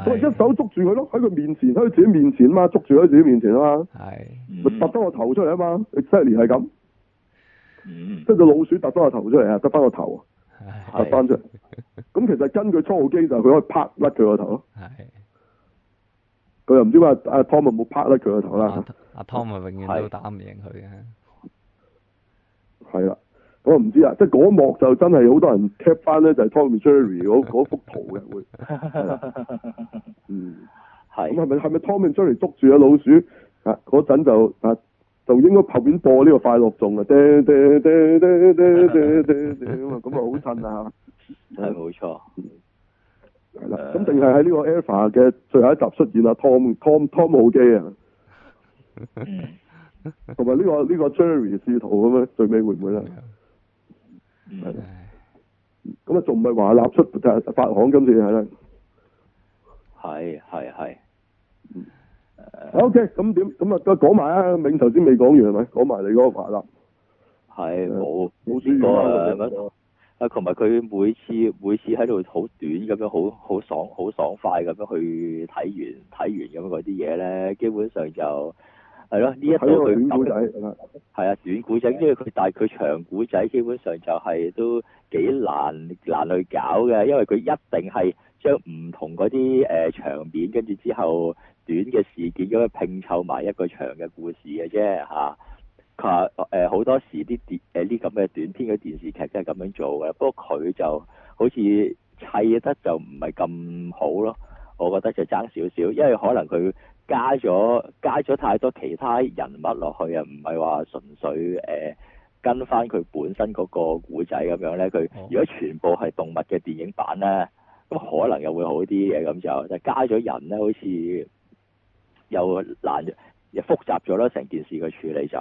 A: 佢一
B: 係
A: 手捉住佢咯，喺佢面前，喺佢自己面前啊嘛，捉住佢喺自己面前啊嘛，
B: 係
A: 咪
C: 嗯
A: 突得個頭出嚟啊嘛，exactly 係咁，
C: 嗯
A: 即係只老鼠突得個頭出嚟啊，得翻個頭
B: 係
A: 啊，突翻出嚟。咁其實根據初號機就係佢可以拍甩佢個頭咯，
B: 係。
A: 佢又唔知話阿 Tom 有冇拍甩佢個頭啦
B: 阿，阿 À, Tom 咪永遠都打唔贏佢嘅。
A: 係啦，我唔知啊，即係嗰一幕就真係好多人 cap 翻咧，就係 Tom and Jerry 嗰嗰幅圖嘅會，係啦嗯。咁
C: 係
A: 係咪係咪 Tom and Jerry 捉住咗老鼠啊？嗰陣就啊就應該後邊播呢個快樂頌啊，叮叮叮叮叮叮叮叮咁啊，咁啊好襯啊，
C: 係冇錯，
A: 係啦。咁定係喺呢個 Alpha 嘅最後一集出現啊 Tom Tom Tom 好基啊，
C: 嗯
A: 同埋呢個呢個 Jerry 試圖咁樣，最尾會唔會咧
B: 咁？樣
C: 嗯
B: 唉
A: 咁啊，仲唔係華納出就係發行今次係啦。
C: 係係係，
A: OK，咁點咁啊？講埋啊，銘頭先未講完係咪？講埋你嗰個華納
C: 係
A: 誒
C: 冇
A: 老鼠
C: 呢
A: 與
C: 個
A: 貓
C: 誒
A: 嗰
C: 乜
A: 個
C: 啊，同埋佢每次每次喺度好短咁樣，好好爽好爽快咁樣去睇完睇完咁樣嗰啲嘢咧，基本上就係咯，呢一
A: 睇
C: 度
A: 咗個短
C: 佢
A: 古仔
C: 抌
A: 係啦。
C: 係啊短古仔，因為佢但係佢長古仔基本上就係都幾難難去搞嘅，因為佢一定係將唔同嗰啲誒場面跟住之後短嘅事件咁樣拼湊埋一個長嘅故事嘅啫嚇。佢話誒好多時啲電誒呢咁嘅短篇嘅電視劇都係咁樣做嘅，不過佢就好似砌得就唔係咁好咯，我覺得就爭少少，因為可能佢加咗加咗太多其他人物落去啊，唔係話純粹誒。跟翻佢本身嗰個古仔咁樣咧，佢
B: 哦
C: 如果全部係動物嘅電影版咧，咁可能又會好啲嘅咁就，但係加咗人咧，好似又難又複雜咗咯，成件事嘅處理就。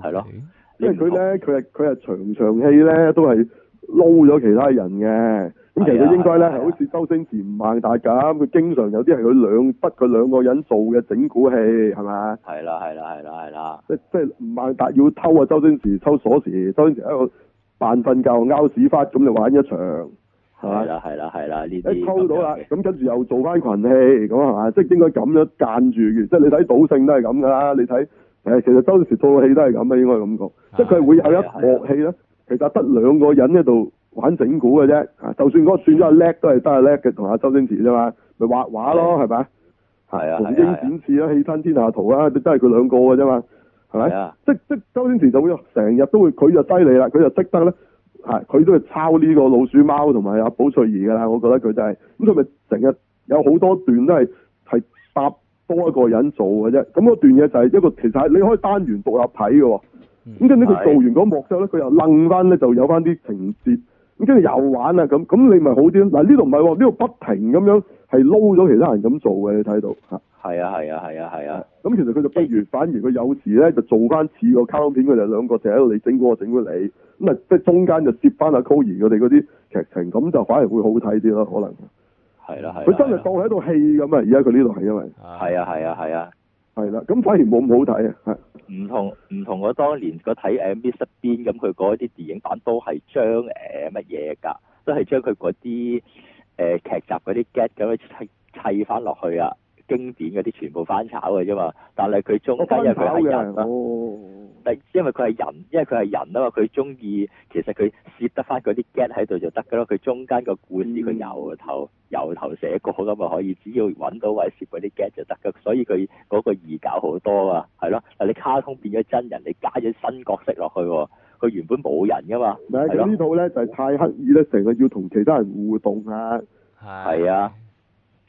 C: 係咯
B: OK
A: 因為佢咧，佢係佢係場場戲咧都係撈咗其他人嘅。咁其
C: 係
A: 實
C: 啊
A: 應該咧
C: 係啊
A: 係好似周星馳、吳孟達咁，佢經常有啲係佢兩得佢兩個人做嘅整蠱戲，係咪啊？
C: 係啦，係啦，係啦，係啦，
A: 即即係吳孟達要偷啊周星馳偷鎖匙，周星馳喺度扮瞓覺拗屎忽，咁就玩一場，係
C: 係
A: 嘛？
C: 啦，係啦，係啦，呢啲
A: 一偷到啦
C: 咁樣，嘅
A: 咁跟住又做翻群戲，咁係嘛？即係應該咁樣間住嘅，即係你睇賭聖都係咁噶啦，你睇誒其實周星馳套戲都係咁啊，應該咁講。即係佢係會有一幕戲咧，其實得兩個人喺度玩整蠱嘅啫。啊，就算嗰個算咗阿叻都係得阿叻嘅同阿周星馳啫嘛，咪畫畫咯，係咪啊？
C: 係啊
A: 同英
C: 係啊係啊
A: 展翅啦，氣吞天下圖啦，都係佢兩個嘅啫嘛，係
C: 係
A: 咪
C: 啊？
A: 即即周星馳就會成日都會，佢就犀利啦，佢就識得咧，係佢都係抄呢個老鼠貓同埋阿寶翠兒㗎啦。我覺得佢就係咁，佢咪成日有好多段都係係搭多一個人做嘅啫。咁嗰段嘢就係一個其實係你可以單元獨立睇嘅喎。
B: Ừ.
A: 咁跟住佢做完嗰幕之後咧，佢又楞翻咧就有翻啲情節，咁跟住又玩啦咁，咁你咪好啲咯。嗱呢度唔係喎，呢度不停咁樣係撈咗其他人咁做嘅，你睇到嚇。
C: 係啊，係啊，係啊，係啊，
A: 咁其實佢就不如，反而佢有時咧就做翻似個卡通片，佢哋兩個就喺度你整蠱我整蠱你，咁啊即係中間就攝翻阿 Coir 佢哋嗰啲劇情，咁就反而會好睇啲咯，可能。
C: 係啊啦，係啦。
A: 佢真係當係一套戲咁啊！而家佢呢度係因為
B: Ờ.
C: 係啊，係啊，係啊，
A: 係啦，咁反而冇咁好睇啊，係
C: 唔同唔同我當年個睇誒 Mr Bean 咁，佢嗰啲電影版都係將誒乜嘢㗎，都係將佢嗰啲誒劇集嗰啲 get 咁樣砌砌翻落去啊，經典嗰啲全部翻炒嘅啫嘛。但係佢中
A: 我
C: 間
A: 翻
C: 因為佢
A: 炒
C: 係
A: 嘅
C: 人啊，
A: 哦。
C: 但因為佢係人，因為佢係人啊嘛，佢中意其實佢攝得翻嗰啲 get 喺度就得㗎咯。佢中間個故事
A: 嗯
C: 佢由頭由頭寫過咁咪可以，只要揾到位攝嗰啲 get 就得㗎。所以佢嗰個易搞好多啊，係咯。但你卡通變咗真人，你加咗新角色落去喎，佢原本冇人㗎嘛，
A: 唔係
C: 係
A: 佢呢
C: 咯，
A: 套咧就係太刻意咧，成日要同其他人互動啊。
B: 係
C: 係啊，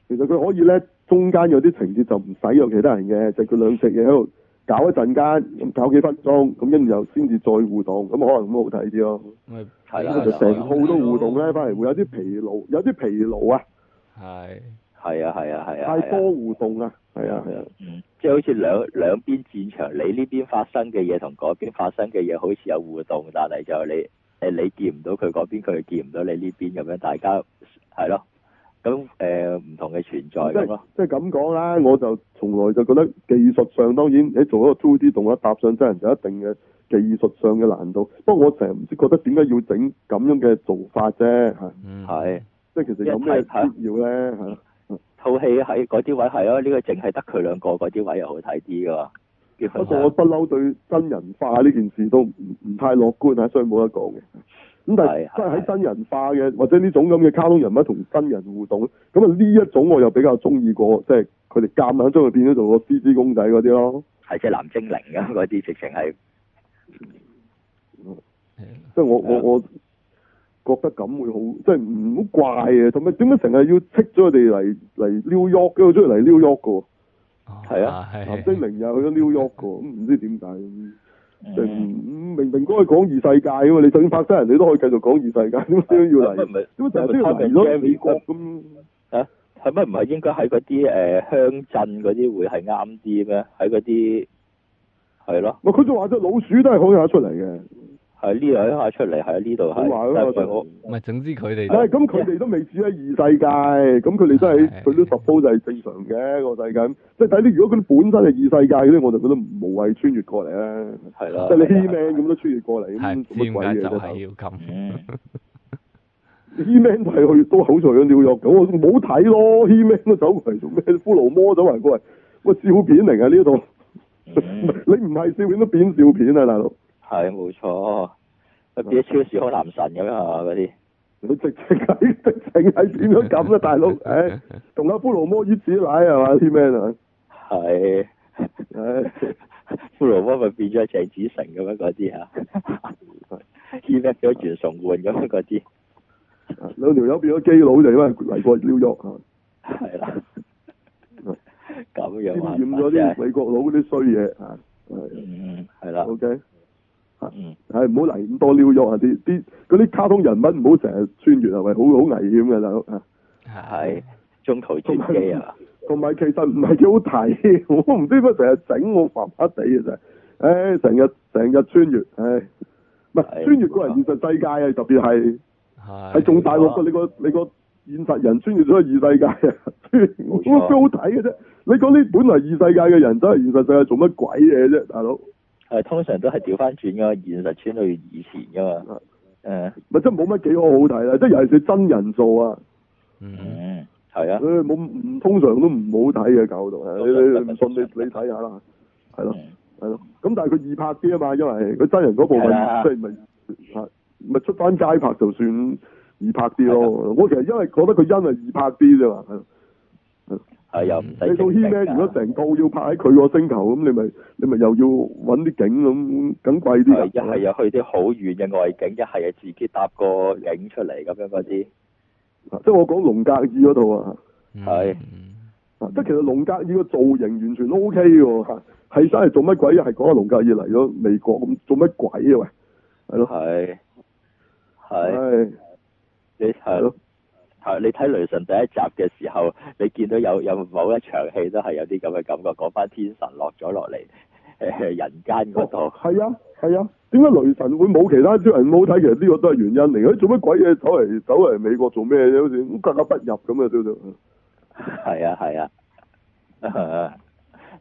A: 其實佢可以咧，中間有啲情節就唔使有其他人嘅，就佢兩隻嘢喺度搞一陣間，咁搞幾分鐘，咁跟住又先至再互動，咁可能咁好睇啲咯。
B: 咪
C: 係啦
B: 呢
A: 咁就
B: 個
C: 係
A: 成
C: 啦
A: 套都互動咧，反而會有啲疲勞，有啲疲勞啊，
B: 係
C: 係啊係啊係啊，
A: 太
C: 係啊
A: 多互動啊，係啊係啊，
C: 嗯即係好似兩兩邊戰場，你呢邊發生嘅嘢同嗰邊發生嘅嘢好似有互動，但係就你誒你見唔到佢嗰邊，佢又見唔到你呢邊咁樣，大家係咯，咁誒唔同嘅存在咁咯，
A: 即係咁講啦，我就從來就覺得技術上當然你做一個 two D 動畫搭上真人就一定嘅技術上嘅難度，不過我成日唔知覺得點解要整咁樣嘅做法啫嚇，
B: 嗯
C: 係
A: 即係其實有咩
C: 一睇
A: 必要咧嚇？
C: 套戲喺嗰啲位係咯，呢、個淨係得佢兩個嗰啲位又好睇啲噶嘛，基
A: 不
C: 本
A: 過我
C: 上
A: 不嬲對真人化呢件事都唔唔太樂觀啊，所以冇得講嘅。咁但係
C: 係係
A: 真係喺真人化嘅或者呢種咁嘅卡通人物同真人互動，咁啊呢一種我又比較中意過，即係佢哋夾硬將佢變咗做個 C G 公仔嗰啲咯。
C: 係即係藍精靈咁嗰啲，直情係
A: 即係我我我覺得咁會好，即係唔好怪嘅。同埋點解成日要剔咗佢哋嚟嚟 New York 嘅，中意嚟 New York 嘅
B: Ờ,
C: 係啊
A: 喎，
B: 係
A: 藍精靈又去咗 New York 嘅喎，咁唔知點解。即係
C: 嗯
A: 唔明明嗰個講異世界㗎嘛，你就算拍真人，你都可以繼續講異世界，點解都要嚟？
C: 咪
A: 點解成日都要嚟咗美國咁？
C: 啊係咪唔係應該喺嗰啲誒鄉鎮嗰啲會係啱啲咩？喺嗰啲係咯。
A: 咪佢就話只老鼠都係可以出嚟嘅，
C: 係呢度一下出嚟，係呢度
A: 佢話
C: 係，但
A: 嗰
C: 係我
A: 個。
B: 唔係總之佢哋
A: 係咁，佢哋都未至喺異世界，咁佢哋都係
B: 係
A: 佢都 suppose 就係正常嘅個世界。即係睇啲如果佢本身係異世界嗰啲，我就覺得無謂穿越過嚟啦。
C: 係
A: 即
C: 啦，
A: 係你 He-Man 咁都穿越過嚟，
B: 係唔
A: 咁
B: 知
A: 做乜
B: 點
A: 鬼
B: 解
A: 嘢
B: 就
A: 啫
B: 係要咁，
C: 嗯
A: He-Man 就係去都口在咗紐約咁，我冇睇咯。He-Man 都走過嚟做咩？骷髏魔走埋過嚟，喂笑片嚟嘅呢度，你
C: 嗯
A: 唔係笑片都變笑片啊，大佬！
C: 係冇
A: 啊
C: 錯，佢變咗超時空男神咁樣啊嗰啲，
A: 你直情係直情係變咗咁啦，啊大 佬！唉，同阿骷髏魔依似奶係嘛？He-Man 啊，
C: 係
A: 唉，
C: 骷髏魔咪變咗鄭子誠咁樣嗰啲啊，He-Man 變咗袁崇煥咁樣嗰啲，
A: 啊兩條友變咗基佬就因為嚟過紐約啊，
C: 係啦，
A: 沾
C: 咁樣啊，
A: 染咗
C: 真係
A: 啲美國佬嗰啲衰嘢啊。係
C: 嗯係啦，
A: OK，
C: 嗯
A: 係唔好嚟咁多紐約啊！啲啲嗰啲卡通人物唔好成日穿越係咪？好好危險嘅大佬啊！
C: 係中途轉 機啊，
A: 同埋其實唔係幾好睇，我唔知點解成日整我麻麻地嘅就係，唉，成日成日穿越，唉，唔係
C: 係
A: 穿越個人現實世界啊，特別係
B: 係
A: 係仲大鑊過你個你個現實人穿越咗去異世界啊， 穿
C: 冇錯
A: 冇好睇嘅啫。你講呢本來異世界嘅人走去現實世界做乜鬼嘢啫，大佬？
C: 係通常都係調翻轉噶，現實穿去以前噶
A: 啊
C: 嘛，嗯誒
A: 咪真係冇乜幾可好睇啦，即係尤其是真人做啊，
B: 嗯
C: 嗯係
A: 唉
C: 啊，
A: 冇唔通常都唔好睇嘅搞到，你你唔信你你睇下啦，係咯。
C: 嗯
A: 係咯，咁但係佢易拍啲啊嘛，因為佢真人嗰部分
C: 係啦
A: 即係咪啊咪出翻街拍就算易拍啲咯。我其實因為覺得佢因為易拍啲啫嘛。係咯
C: 係又唔使
A: 你
C: 證
A: 到
C: 明
A: h
C: 啊
A: e 如果成套要拍喺佢個星球咁，你咪你咪又要揾啲景咁，梗貴啲啊㗎。
C: 係一係又去啲好遠嘅外景，一係又自己搭個影出嚟咁樣嗰啲，
A: 啊即係我講龍格爾嗰套啊，
C: 係
B: 嗯
A: 啊即係其實龍格爾個造型完全 O K 喎，嚇係真係做乜鬼啊？係講阿龍格爾嚟咗美國咁做乜鬼啊？喂，係咯，
C: 係係
A: 係
C: 你
A: 係
C: 係
A: 咯
C: 咯。係你睇雷神第一集嘅時候，你見到有有某一場戲都係有啲咁嘅感覺，講翻天神落咗落嚟 誒人間嗰
A: 哦
C: 度，
A: 係啊，係啊。點解雷神會冇其他超人冇睇？其實呢個都係原因嚟嘅。做乜鬼嘢走嚟走嚟美國做咩啫？好似咁格格不入咁啊，
C: 係啊 係啊，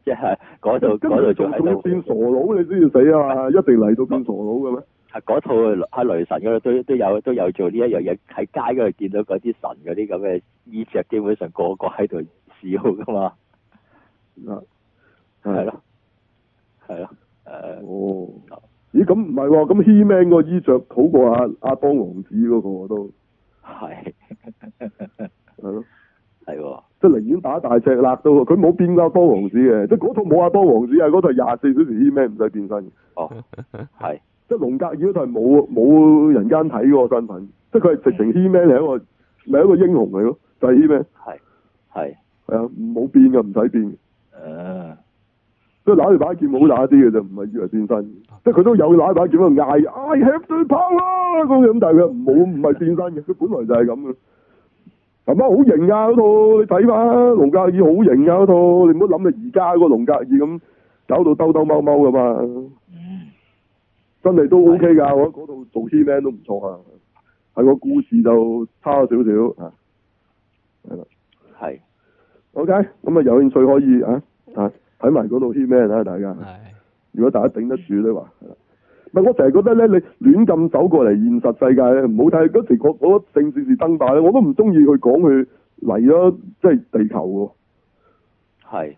C: 即係嗰度
A: 少少。哎跟
C: 嗰
A: 住
C: 度
A: 仲
C: 仲喺
A: 仲要
C: 度。
A: 變傻佬，你先至死啊嘛！一定嚟到變傻佬嘅咩？
C: 係啊嗰套喺雷神嗰度都都有都有做呢一樣嘢，喺街嗰度見到嗰啲神嗰啲咁嘅衣着，基本上個個喺度笑噶嘛，
A: 啊，
C: 係。咯，係咯，誒
A: 哦。咦，咁唔係喎，咁 He-Man 個衣着好過阿阿當王子嗰個都
C: 係
A: 係咯，
C: 係喎，
A: 即係寧願打大隻辣都，佢冇變過阿當王子嘅，即係嗰套冇阿當王子啊，嗰套係廿四小時 He-Man 唔使變身嘅。
C: 哦，係
A: 即係龍格爾嗰套係冇冇人間睇嗰個身份，即係佢係直情 He-Man 係一個咪一個英雄嚟咯，就係 He-Man
C: 係係，
A: 係啊，冇變嘅，唔使變嘅，
C: 誒
A: 即係攞住把劍好打啲嘅就唔係以為變身。即係佢都有奶把劍喺度嗌，I have the power 咁樣，但係佢冇唔係變身嘅，佢本來就係咁嘅。係咪好型啊？嗰套你睇翻龍格爾好型啊！嗰套你唔好諗你而家嗰個龍格爾咁搞到兜兜踎踎噶嘛。真係都 OK 㗎，我覺得嗰度做 He-Man 都唔錯啊。係個故事就差咗少少啊。係啦
C: 係
A: ，OK，咁啊有興趣可以啊啊睇埋嗰度 He-Man 啊，大家。
B: 係
A: 如果大家頂得住咧話，係啦唔係我成日覺得咧，你亂咁走過嚟現實世界咧，唔好睇嗰時我我正事是登大咧，我都唔中意佢講佢嚟咗即係地球喎，
C: 係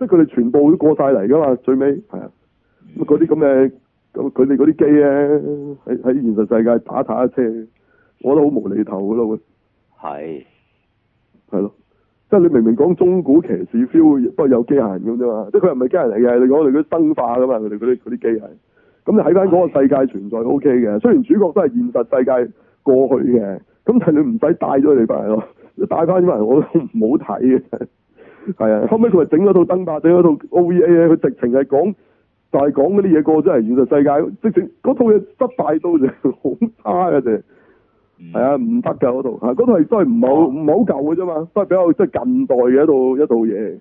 A: 即係佢哋全部都過晒嚟噶嘛，最尾係啊，咁嗰啲咁嘅咁佢哋嗰啲機咧喺喺現實世界打打車，我覺得好無厘頭噶咯會。
C: 係
A: 係咯，即係你明明講中古騎士 feel，不過有機械人咁啫嘛，即係佢又唔係機械人嚟嘅，你講佢啲生化噶嘛，佢哋嗰啲嗰啲機械，咁你喺翻嗰個世界存在 O K 嘅，雖然主角都係現實世界過去嘅，咁但係你唔使帶咗你翻嚟咯，你帶翻翻嚟我都唔好睇嘅，係啊，後尾佢咪整咗套燈霸，整咗套 O V A 咧，佢直情係講。就係講嗰啲嘢過咗嚟現實世界，直情嗰套嘢失敗到就好差嘅，就係
C: 嗯
A: 係啊，唔得㗎嗰度，啊嗰度係都係唔
C: 哦
A: 好唔好舊嘅啫嘛，都係比較即係近代嘅一套一套嘢。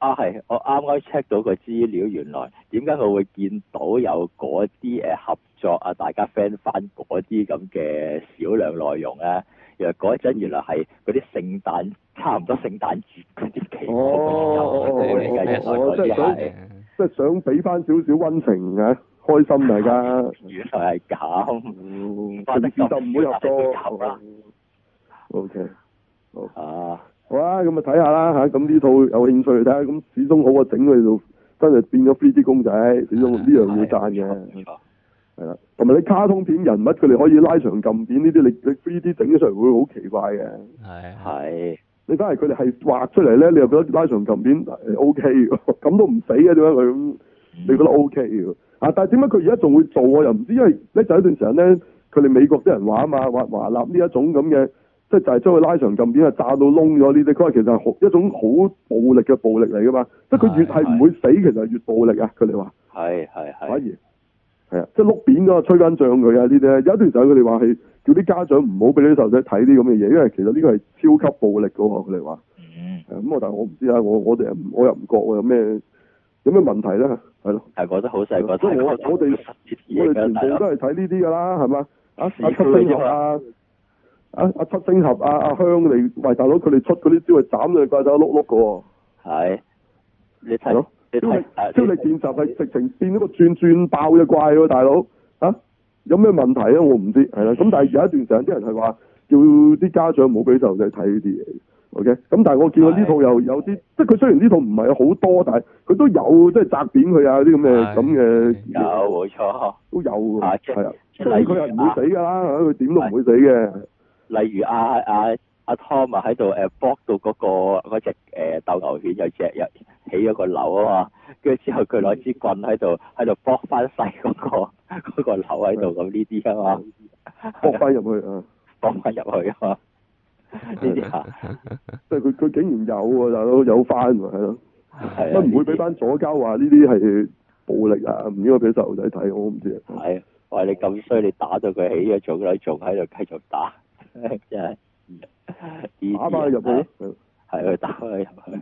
C: 啊係，我啱啱 check 到個資料，原來點解佢會見到有嗰啲誒合作啊，大家 friend 翻嗰啲咁嘅少量內容啊咧？原來嗰陣原來係嗰啲聖誕差唔多聖誕節嗰啲期
A: 哦
B: 即係你計一
A: 哦
B: 嗰
A: 即
B: 啲
A: 係想
B: 係
A: 即係想俾翻少少温情啊，開心大家。
C: 原來係咁
A: 嗯
C: 哇
A: 平
C: 得
A: 時
C: 咁
A: 就唔會合
C: 少得咁
A: 作
C: 啦。
A: O K，
C: 啊！
A: 好啊，咁啊睇下啦嚇，咁呢套有興趣睇下，咁始終好過整佢度真係變咗 3D 公仔，始
C: 啊
A: 終呢樣嘢讚嘅。
C: 嗯
A: 係啦，同埋你卡通片人物佢哋可以拉長撳片呢啲，你你 3D 整咗出嚟會好奇怪嘅。
B: 係係
C: 係
A: 你反而佢哋係畫出嚟咧，你又覺得拉長琴片 O K 嘅， 咁都唔死嘅點解佢咁？你覺得 O K 嘅啊？但係點解佢而家仲會做啊我又唔知，因為咧就有一段時間咧，佢哋美國啲人話啊嘛，話華納呢一種咁嘅，即係就係將佢拉長琴片係啊炸到窿咗呢啲，佢話其實係好一種好暴力嘅暴力嚟噶嘛，即係佢越係唔會死，其實係越暴力啊！佢哋話
C: 係係
A: 反而
C: 係
A: 係啊，即係碌扁咗吹緊脹佢啊呢啲咧，有一段時間佢哋話係叫啲家長唔好俾啲細路仔睇啲咁嘅嘢，因為其實呢個係超級暴力嘅喎，佢哋話。
C: 嗯
A: 係咁我但係我唔知啊，我我哋又唔我又唔覺喎，有咩有咩問題咧？係咯，
C: 係覺得好細個
A: 所以
C: 睇，
A: 我我哋我哋全
C: 大佬
A: 部都係睇呢啲㗎啦，係嘛？啊
C: 市
A: 啊七
C: 區嘅
A: 星
C: 啫
A: 俠
C: 嘛
A: 啊，啊啊七星俠啊啊香嚟，喂大佬佢哋出嗰啲招係斬你怪手碌碌嘅喎，
C: 係你
A: 係
C: 睇
A: 咯，
C: 你
A: 超
C: 睇
A: 力
C: 啊
A: 超力
C: 你
A: 電集係直情變咗個轉轉爆嘅怪喎，大佬啊有咩問題啊？我唔知係啦，咁但係有一段時間啲人係話叫啲家長唔好俾細路仔睇呢啲嘢。OK，咁但係我見佢呢套又有啲，即係佢雖然呢套唔係好多，但係佢都有即係擲扁佢啊啲咁嘅
B: 係
A: 咁嘅
C: 有冇錯？
A: 都有喎，
C: 啊即係
A: 係啊，
C: 即
A: 所
C: 係
A: 以
C: 例如
A: 佢係唔會死㗎啦，
C: 啊
A: 係咪佢點都唔會死嘅，
C: 例如阿阿阿 Tom 啊喺度誒搏到嗰個嗰只誒鬥牛犬有隻有起咗個瘤啊嘛，跟住之後佢攞支棍喺度喺度搏翻細嗰個 嗰個瘤喺度咁呢啲啊嘛，
A: 嗯搏翻入去啊，
C: 搏翻入去啊嘛，
A: 嗯
C: 呢啲啊
A: 即係佢佢竟然有喎，大佬有翻喎，係咯，
C: 係啊，
A: 乜唔會俾
C: 呢啲
A: 班左交話呢啲係暴力啊，唔應該俾細路仔睇，我唔知啊。
C: 係話你咁衰，你打到佢起咗腫瘤，仲喺度繼續打， 真係呢
A: 打翻入去咯
C: 啲，啊係佢打翻佢入去，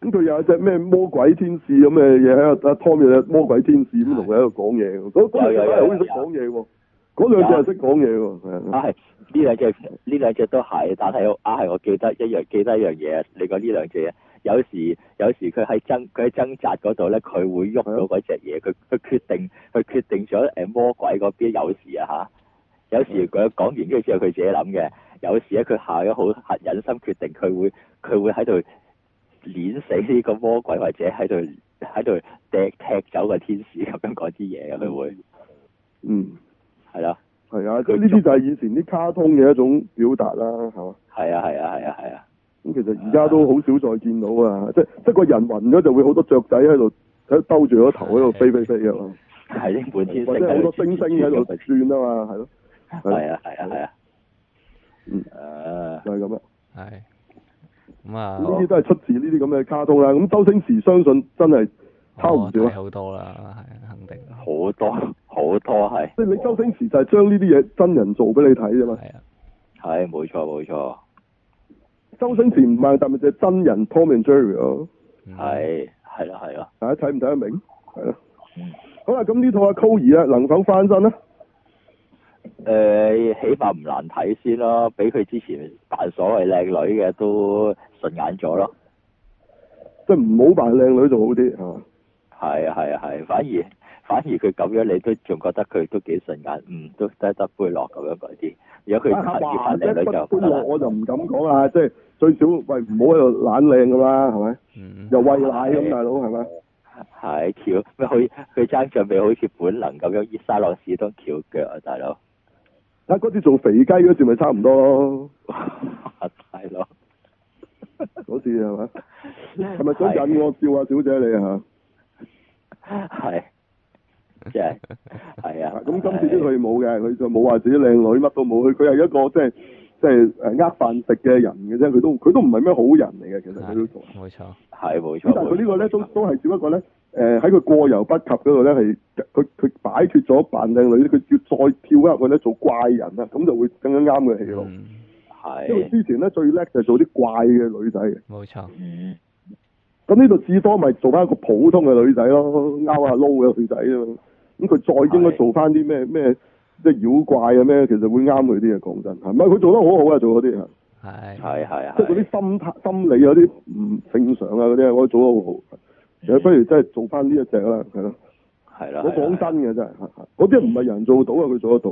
A: 咁佢有隻咩魔鬼天使咁嘅嘢喺度，阿 Tom 有隻魔鬼天使咁同佢喺度講嘢喎，嗰嗰兩隻真係好識講嘢喎，嗰兩隻係識講嘢喎，係啊
C: 啊係呢兩隻呢兩隻都係，但係我啊係我記得一樣記得一樣嘢，啊你講呢兩隻嘢，有時有時佢喺掙佢喺掙扎嗰度咧，佢會喐到嗰隻嘢，佢佢決定佢決定咗誒魔鬼嗰邊有時啊嚇，有時佢講完跟住之後佢自己諗嘅，有時咧佢下咗好核忍心決定，佢會佢會喺度碾死呢個魔鬼或者喺度喺度踢踢走個天使咁樣嗰啲嘢嘅，啊佢會
A: 嗯，
C: 係啦，
A: 係啊，即係呢啲就係以前啲卡通嘅一種表達啦，係嘛？
C: 係啊係啊係啊係啊，
A: 咁其實而家都好少再見到啊，即係即係個人暈咗就會好多雀仔喺度喺度兜住個頭喺度飛飛飛嘅嘛，
C: 係英本天
A: 或者好多星星喺度轉啊嘛，係咯，
C: 係啊係啊係啊。
A: 嗯
C: 誒，
A: 就係咁啦。
B: 係咁啊，
A: 呢啲都係出自呢啲咁嘅卡通啦。咁周星馳相信真係
B: 我
A: 抄唔少啊
B: 睇好多啦，係肯定。
C: 好啊多好多係
A: 即係你周星馳就係將呢啲嘢真人做俾你睇啫嘛。
B: 係啊，
C: 係冇錯冇錯，
A: 周星馳唔係，但係就係真人 Tom and Jerry 咯，
B: 嗯，
C: 係係啦係啦，
A: 大家睇唔睇得明？係咯
C: 嗯。
A: 好啦，咁呢套阿 Coir 啊，能否翻身咧？
C: 誒起碼唔難睇先咯，比佢之前扮所謂靚女嘅都順眼咗咯。
A: 即係唔好扮靚女仲好啲，係嘛？
C: 係啊係啊係，反而反而佢咁樣，你都仲覺得佢都幾順眼，嗯，都得得杯落咁樣嗰啲。如果佢
A: 啊
C: 下次
A: 哇！
C: 扮
A: 一
C: 靚女就
A: 不
C: 唔
A: 歡樂
C: 得啦，
A: 我就唔敢講啦，即係最少喂唔好喺度懶靚咁啦，係咪？
B: 嗯，
A: 又喂奶咁，
C: 係
A: 大佬係咪？啊
C: 係翹咩？佢佢爭著未好似本能咁樣，伊沙朗士都翹腳啊，大佬，
A: 啊，嗰次做肥雞嗰次咪差唔多咯，
C: 大佬
A: 嗰次係咪？係咪想引我笑啊，小姐你啊？
C: 係？即係係啊
A: 咁！今次啲佢冇嘅，佢就冇話自己靚女，乜都冇。佢佢係一個即係即係誒呃飯食嘅人嘅啫。佢都佢都唔係咩好人嚟嘅，其實佢都做。咁
B: 冇錯，
C: 係冇錯，
A: 但係佢呢個咧
C: 冇錯
A: 都都係只不過咧誒喺佢過猶不及嗰度咧係佢佢擺脱咗扮靚女，佢要再跳一入去咧做怪人啊，咁就會更加啱佢戲路。
B: 嗯，
A: 因為
C: 係
A: 之前咧最叻就係做啲怪嘅女仔嘅，
B: 冇錯，
C: 嗯
A: 咁呢度至多咪做翻一個普通嘅女仔咯，勾下撈嘅女仔啫嘛。咁佢再應該
C: 係
A: 做翻啲咩咩即係妖怪啊咩，其實會啱佢啲嘅講真嚇。唔係佢做得好好啊，做嗰啲嚇，
B: 係，
C: 係係
A: 即係嗰啲心態心理嗰啲唔正常啊嗰啲啊，我覺得做得好好。你不如真係做翻呢一隻啦，係咯。
C: 係啊啦，
A: 我講
C: 係啦
A: 真嘅真係，嚇嚇嗰啲唔係人做到啊，佢做得到。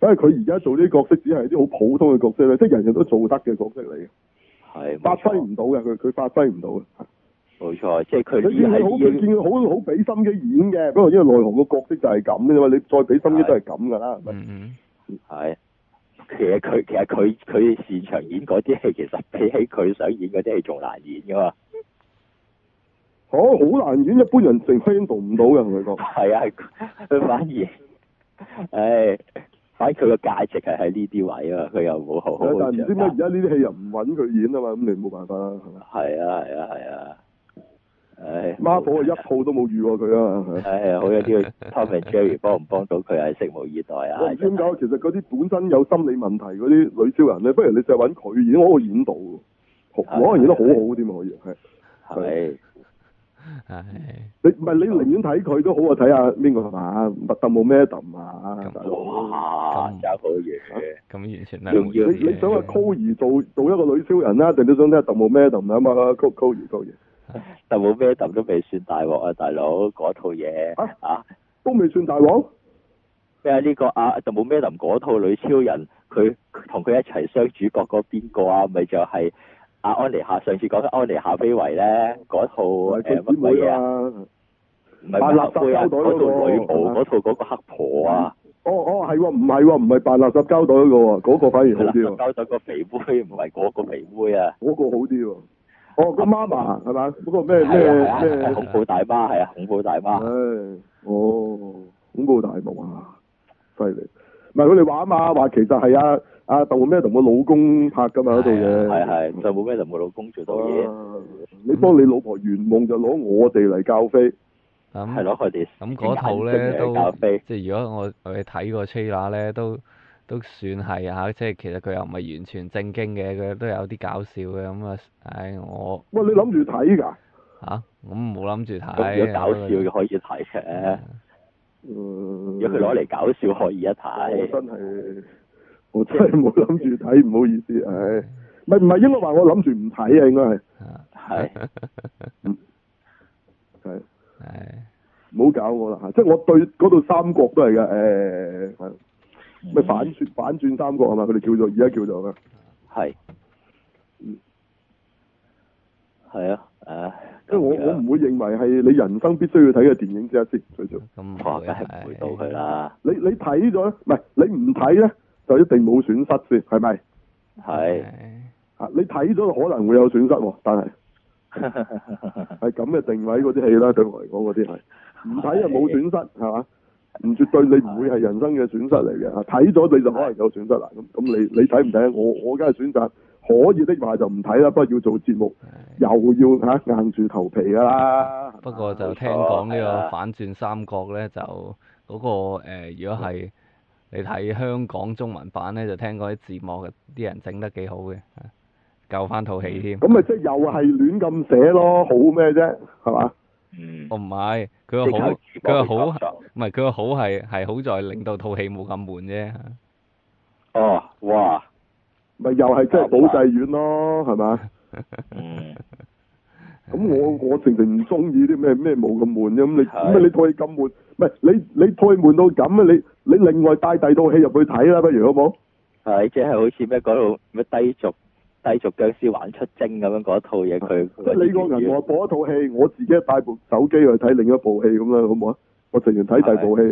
A: 因為佢而家做呢啲角色只係啲好普通嘅角色咧，即係人人都做得嘅角色嚟嘅，
C: 係
A: 發
C: 冇
A: 揮
C: 錯
A: 唔到嘅，佢佢發揮唔到嘅。
C: 冇錯，即係佢
A: 佢
C: 已
A: 見
C: 經
A: 佢好，
C: 係
A: 佢見佢好好俾心機演嘅，不過因為內行個角色就係咁啫嘛，你再俾心機都係咁噶啦，係咪
B: 嗯嗯，
C: 係。其實佢其實佢佢擅長演嗰啲戲，其實比起佢想演嗰啲戲仲難演噶嘛。
A: 好好難演，一般人成 handle 唔到嘅，同佢講。
C: 係啊，佢反而，唉，反而佢個價值係喺呢啲位啊，佢又冇好好
A: 但係
C: 好
A: 唔知咩而家呢啲戲又唔揾佢演啊嘛，咁你冇辦法啦，係咪？
C: 係啊係啊係啊，唉。
A: 孖寶啊，一套都冇遇過佢啊嘛，係咪？
C: 唉，好有啲 Tom and Jerry 幫唔幫到佢係拭目以待啊！
A: 我唔知點解，其實嗰啲本身有心理問題嗰啲女超人咧，不如你就揾佢演，我可以演到喎，可可能演得好好添啊可以係。
C: 係
B: 嗯係，
A: 你唔係你寧願睇佢都好啊，睇下邊個係嘛？麥特姆咩特啊，大佬。
C: 哇，
B: 咁
C: 爭好遠。
B: 咁完全
C: 仲
B: 兩回
C: 要
B: 事
A: 你你想話
B: 嘅
A: Coir 做做一個女超人啊啦，定你想睇下特務咩特唔啊嘛？Coir Coir Coir
C: 但冇咩揼都未算大鑊啊，大佬嗰套嘢
A: 啊
C: 啊
A: 都未算大鑊，
C: 咩啊呢個啊就冇咩揼嗰套女超人，佢佢同佢一齊相主角嗰邊個啊，咪就係阿安妮夏上次講嘅安妮夏菲維咧嗰套
A: 係
C: 誒
A: 佢
C: 乜
A: 姊
C: 鬼
A: 妹
C: 嘢啊？
A: 啊！
C: 唔係
A: 扮
C: 乜
A: 垃圾
C: 黑妹啊，
A: 膠袋嗰個
C: 嗰套女巫
A: 係嘛
C: 嗰套嗰個黑婆啊，
A: 哦哦，係喎，唔係喎，唔係扮垃圾膠袋嗰個喎，嗰個反嗯而好
C: 垃
A: 啲
C: 圾
A: 喎，
C: 膠袋個肥妹唔係嗰個肥妹啊，
A: 嗰個好啲喎。哦，個媽媽係嘛？嗰個咩咩
C: 係啊係啊，
A: 咩？
C: 恐怖大媽係啊，恐怖大媽
A: 唉，哦，恐怖大幕啊，犀利！唔係佢哋話啊嘛，話其實係啊啊特務咩同個老公拍㗎嘛嗰套嘢，
C: 係啊係就冇咩揼冇老公做到嘢，
A: 啊你幫你老婆圓夢就攞我哋嚟教飛。
B: 咁
C: 係。攞佢哋
B: 咁嗰套
C: 眼睛
B: 咧
C: 嚟
B: 都
C: 咖啡
B: 即係如果我我哋睇過 trailer 咧，都都算係啊，即係其實佢又唔係完全正經嘅，佢都有啲搞笑嘅咁啊！唉，我
A: 喂，你諗住睇㗎？
B: 嚇咁冇諗住
C: 咁如
B: 睇
C: 果搞笑嘅
B: 啊，
C: 可以睇嘅，
A: 嗯
C: 如果佢攞嚟搞笑可以一
A: 我
C: 睇，
A: 真係我真係冇諗住睇，唔好意思，唉，唔係唔係應該話我諗住唔睇啊，應該係
C: 係
A: 係
B: 係
A: 唔好搞我啦嚇，即係我對嗰度三國都係嘅，誒係
C: 嗯
A: 咩反轉反轉三國係嘛？佢哋叫做而家叫做咩？
C: 係，係啊，誒，
A: 即係我
C: 咁
A: 我
C: 樣
A: 唔會認為係你人生必須要睇嘅電影之一先，最少
B: 咁唔
C: 哇，
B: 會啊
C: 啊梗係唔會到佢
B: 係
C: 啦，
A: 你你睇咗咧，唔係你唔睇咧就一定冇損失先，係咪？
C: 係，
A: 啊！你睇咗可能會有損失喎，但係 係咁嘅定位嗰啲戲啦，對我嚟講嗰啲係唔睇就冇損失，係嘛？唔絕對你唔會係人生嘅損失嚟嘅，啊睇咗你就可能有損失啦。咁咁你你睇唔睇？我我梗係選擇可以拎埋就唔睇啦，不過要做節目
B: 係
A: 又要嚇、硬住頭皮㗎啦。
B: 不過就
C: 冇
B: 聽
C: 錯
B: 講呢
C: 係啊
B: 個
C: 啦
B: 反轉三國咧，就嗰、個、呃、如果係你睇香港中文版咧，就聽講啲字幕啲人整得幾好嘅，啊救翻套戲
C: 嗯
B: 添。
A: 咁咪即係又係亂咁寫咯，好咩啫？係嘛？
C: 嗯
B: 我，哦唔係，佢
C: 即
B: 個
C: 係
B: 好，
C: 靠
B: 佢
C: 字幕
B: 個
C: 去
B: 好
C: 創作
B: 唔係佢個好係係好在令到套戲冇咁悶啫。
C: 哦，哇，
A: 咪又係即係保濟院咯，係嘛？
C: 嗯，
A: 咁我我直情唔中意啲咩咩冇咁悶啫，咁你
C: 係
A: 咁你套戲咁悶，唔係你你套戲悶到咁啊！你你另外帶第二套戲入去睇啦，不如好冇？
C: 係即係好似咩嗰度咩低俗低俗僵屍玩出征咁樣嗰套嘢，佢
A: 即係你啊個銀幕播一套戲，我自己帶部手機去睇另一部戲咁啦，好唔好啊？我直情睇第二部戲，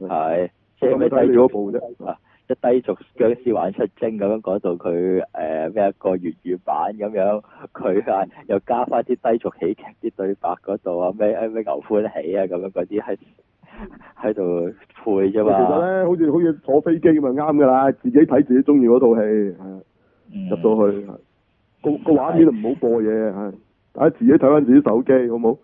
B: 係
C: 係即係
A: 咁
C: 咩
A: 咪睇
C: 低
A: 你
C: 俗
A: 嗰部啫。
C: 啊即係低俗僵屍玩出征咁樣嗰度佢誒咩一個粵語版咁樣，佢啊又加翻啲低俗喜劇啲對白嗰度啊咩咩牛歡喜啊咁樣嗰啲喺喺度配啫
A: 其實
C: 嘛，
A: 咧，好似好似坐飛機咁啊，啱噶啦，自己睇自己中意嗰套戲，係啊
C: 嗯
A: 入到去，係個個畫面就唔好播嘢，係大家自己睇翻自己手機，好冇？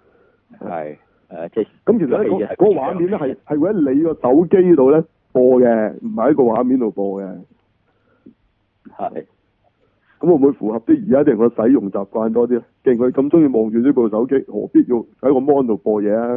C: 係誒即係
A: 咁其實咧，
C: 個戲
A: 嗰嗰
C: 係
A: 個畫面咧係係會喺你個手機度咧播嘅，唔係喺個畫面度播嘅。
C: 係
A: 咁會唔會符合啲而家啲人個使用習慣多啲咧？既然佢咁中意望住呢部手機，何必要喺個 mon 度播嘢啊？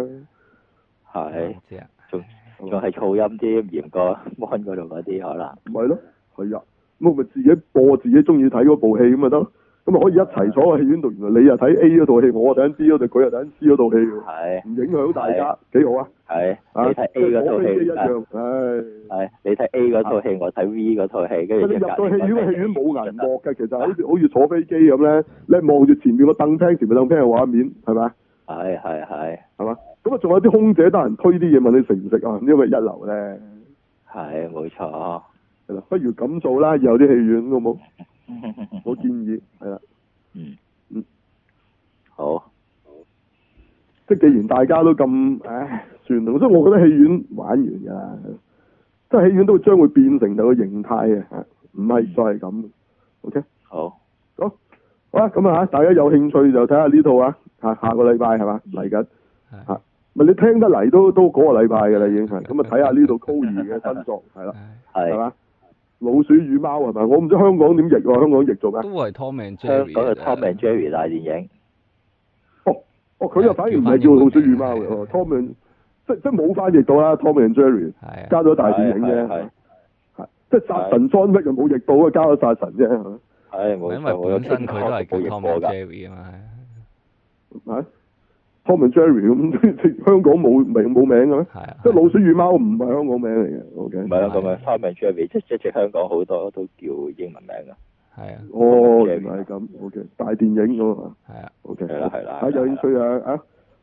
C: 係
B: 唔知啊，
C: 仲仲係噪音啲嚴過 mon 嗰度嗰啲可能。
A: 咪係咯，係啊，咁咪自己播自己中意睇嗰部戲咁咪得咯。咁咪可以一齊坐喺戲院度，原來你又睇 A 嗰套戲，我又睇緊 B 嗰套，佢又睇緊 C 嗰套戲喎，
C: 係
A: 唔影響大家，幾好啊！
C: 係，
A: 啊，
C: 你睇 A 嗰套
A: 即係坐飛機一
C: 戲，啊
A: 樣，唉。
C: 係你睇 A 嗰套戲，我睇 V 嗰套戲，跟
A: 佢
C: 住
A: 哋
C: 就
A: 入到
C: 隔離
A: 戲院，
C: 嗰
A: 個
C: 個
A: 戲院冇銀幕嘅，其實好似 好似坐飛機咁咧，你係望住前面個凳廳，前面凳廳嘅畫面，係咪？
C: 係係係
A: 係嘛？咁啊，仲有啲空姐得人推啲嘢問你食唔食啊？因為一流咧，
C: 係冇錯。
A: 係啦，不如咁做啦，有啲戲院好冇？我建議係啦，
C: 嗯
A: 嗯
C: 好，
A: 即係既然大家都咁，唉，算啦，所以我覺得戲院玩完㗎啦，即係戲院都將會變成就個形態嘅，嚇唔係再係咁。OK，
C: 好，
A: 好，好啦，咁啊嚇，大家有興趣就睇下呢套啊，下下個禮拜係嘛嚟緊。
B: 係
A: 啊咪你聽得嚟都都嗰個禮拜嘅啦，已經係咁啊！睇下呢度高二嘅新作係啦， 係
C: 係
A: 嘛？老鼠與貓係咪？我唔知香港點譯喎，香港譯做
B: 都
A: 咩？
B: 係 Tom and
C: 香
B: Jerry 啊
C: 港嘅
B: 嚟
C: Tom and Jerry 大電影，
A: 哦，佢又反而唔係叫老鼠與貓嘅哦，Tom and 即即冇翻譯到啦，Tom and Jerry
B: 係啊
A: 加咗大電影
C: 係
A: 啫
C: 係，
A: 係即殺神 John Wick 就冇譯到啊，加咗殺神啫係咪，
C: 係冇
B: 因
C: 錯，我
B: 為
C: 有
B: 本身佢都係
C: 冇
B: 叫
C: 譯
B: Tom and
C: 過㗎，
B: Jerry 啊嘛，
A: 係 Tom and Jerry 咁，香港冇名冇名嘅咩？
B: 係 啊，
A: 即老鼠與貓唔係香港名嚟嘅，OK？
C: 唔係啊啦，咁樣 Tom and Jerry 即即係香港好多都叫英文名㗎，
B: 係啊，
A: 哦，原來係咁，OK，大電影咁啊
B: 係啊，
A: ，OK。
C: 係啦係啦，
A: 啊，有興趣啊啊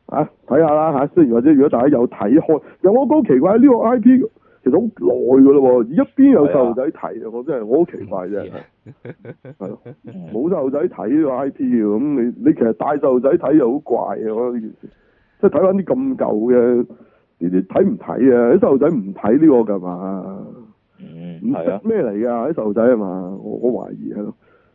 A: 啊睇下啦嚇，雖然或者如果大家有睇開，又我覺得好奇怪呢、個 I P 其實好耐㗎咯喎，一邊有細路仔睇啊，我真係我好奇怪啫，
B: 啊
C: 啊
A: 係咯，
C: 嗯
A: 冇細路仔睇呢個 I P 嘅，咁你你其實帶細路仔睇又好怪啊，我覺得呢件事，即係睇翻啲咁舊嘅，你哋睇唔睇啊？啲細路仔唔睇呢個㗎嘛，
C: 嗯
A: 唔識
C: 係啊，
A: 咩嚟㗎？啲細路仔係嘛？我我懷疑係咯。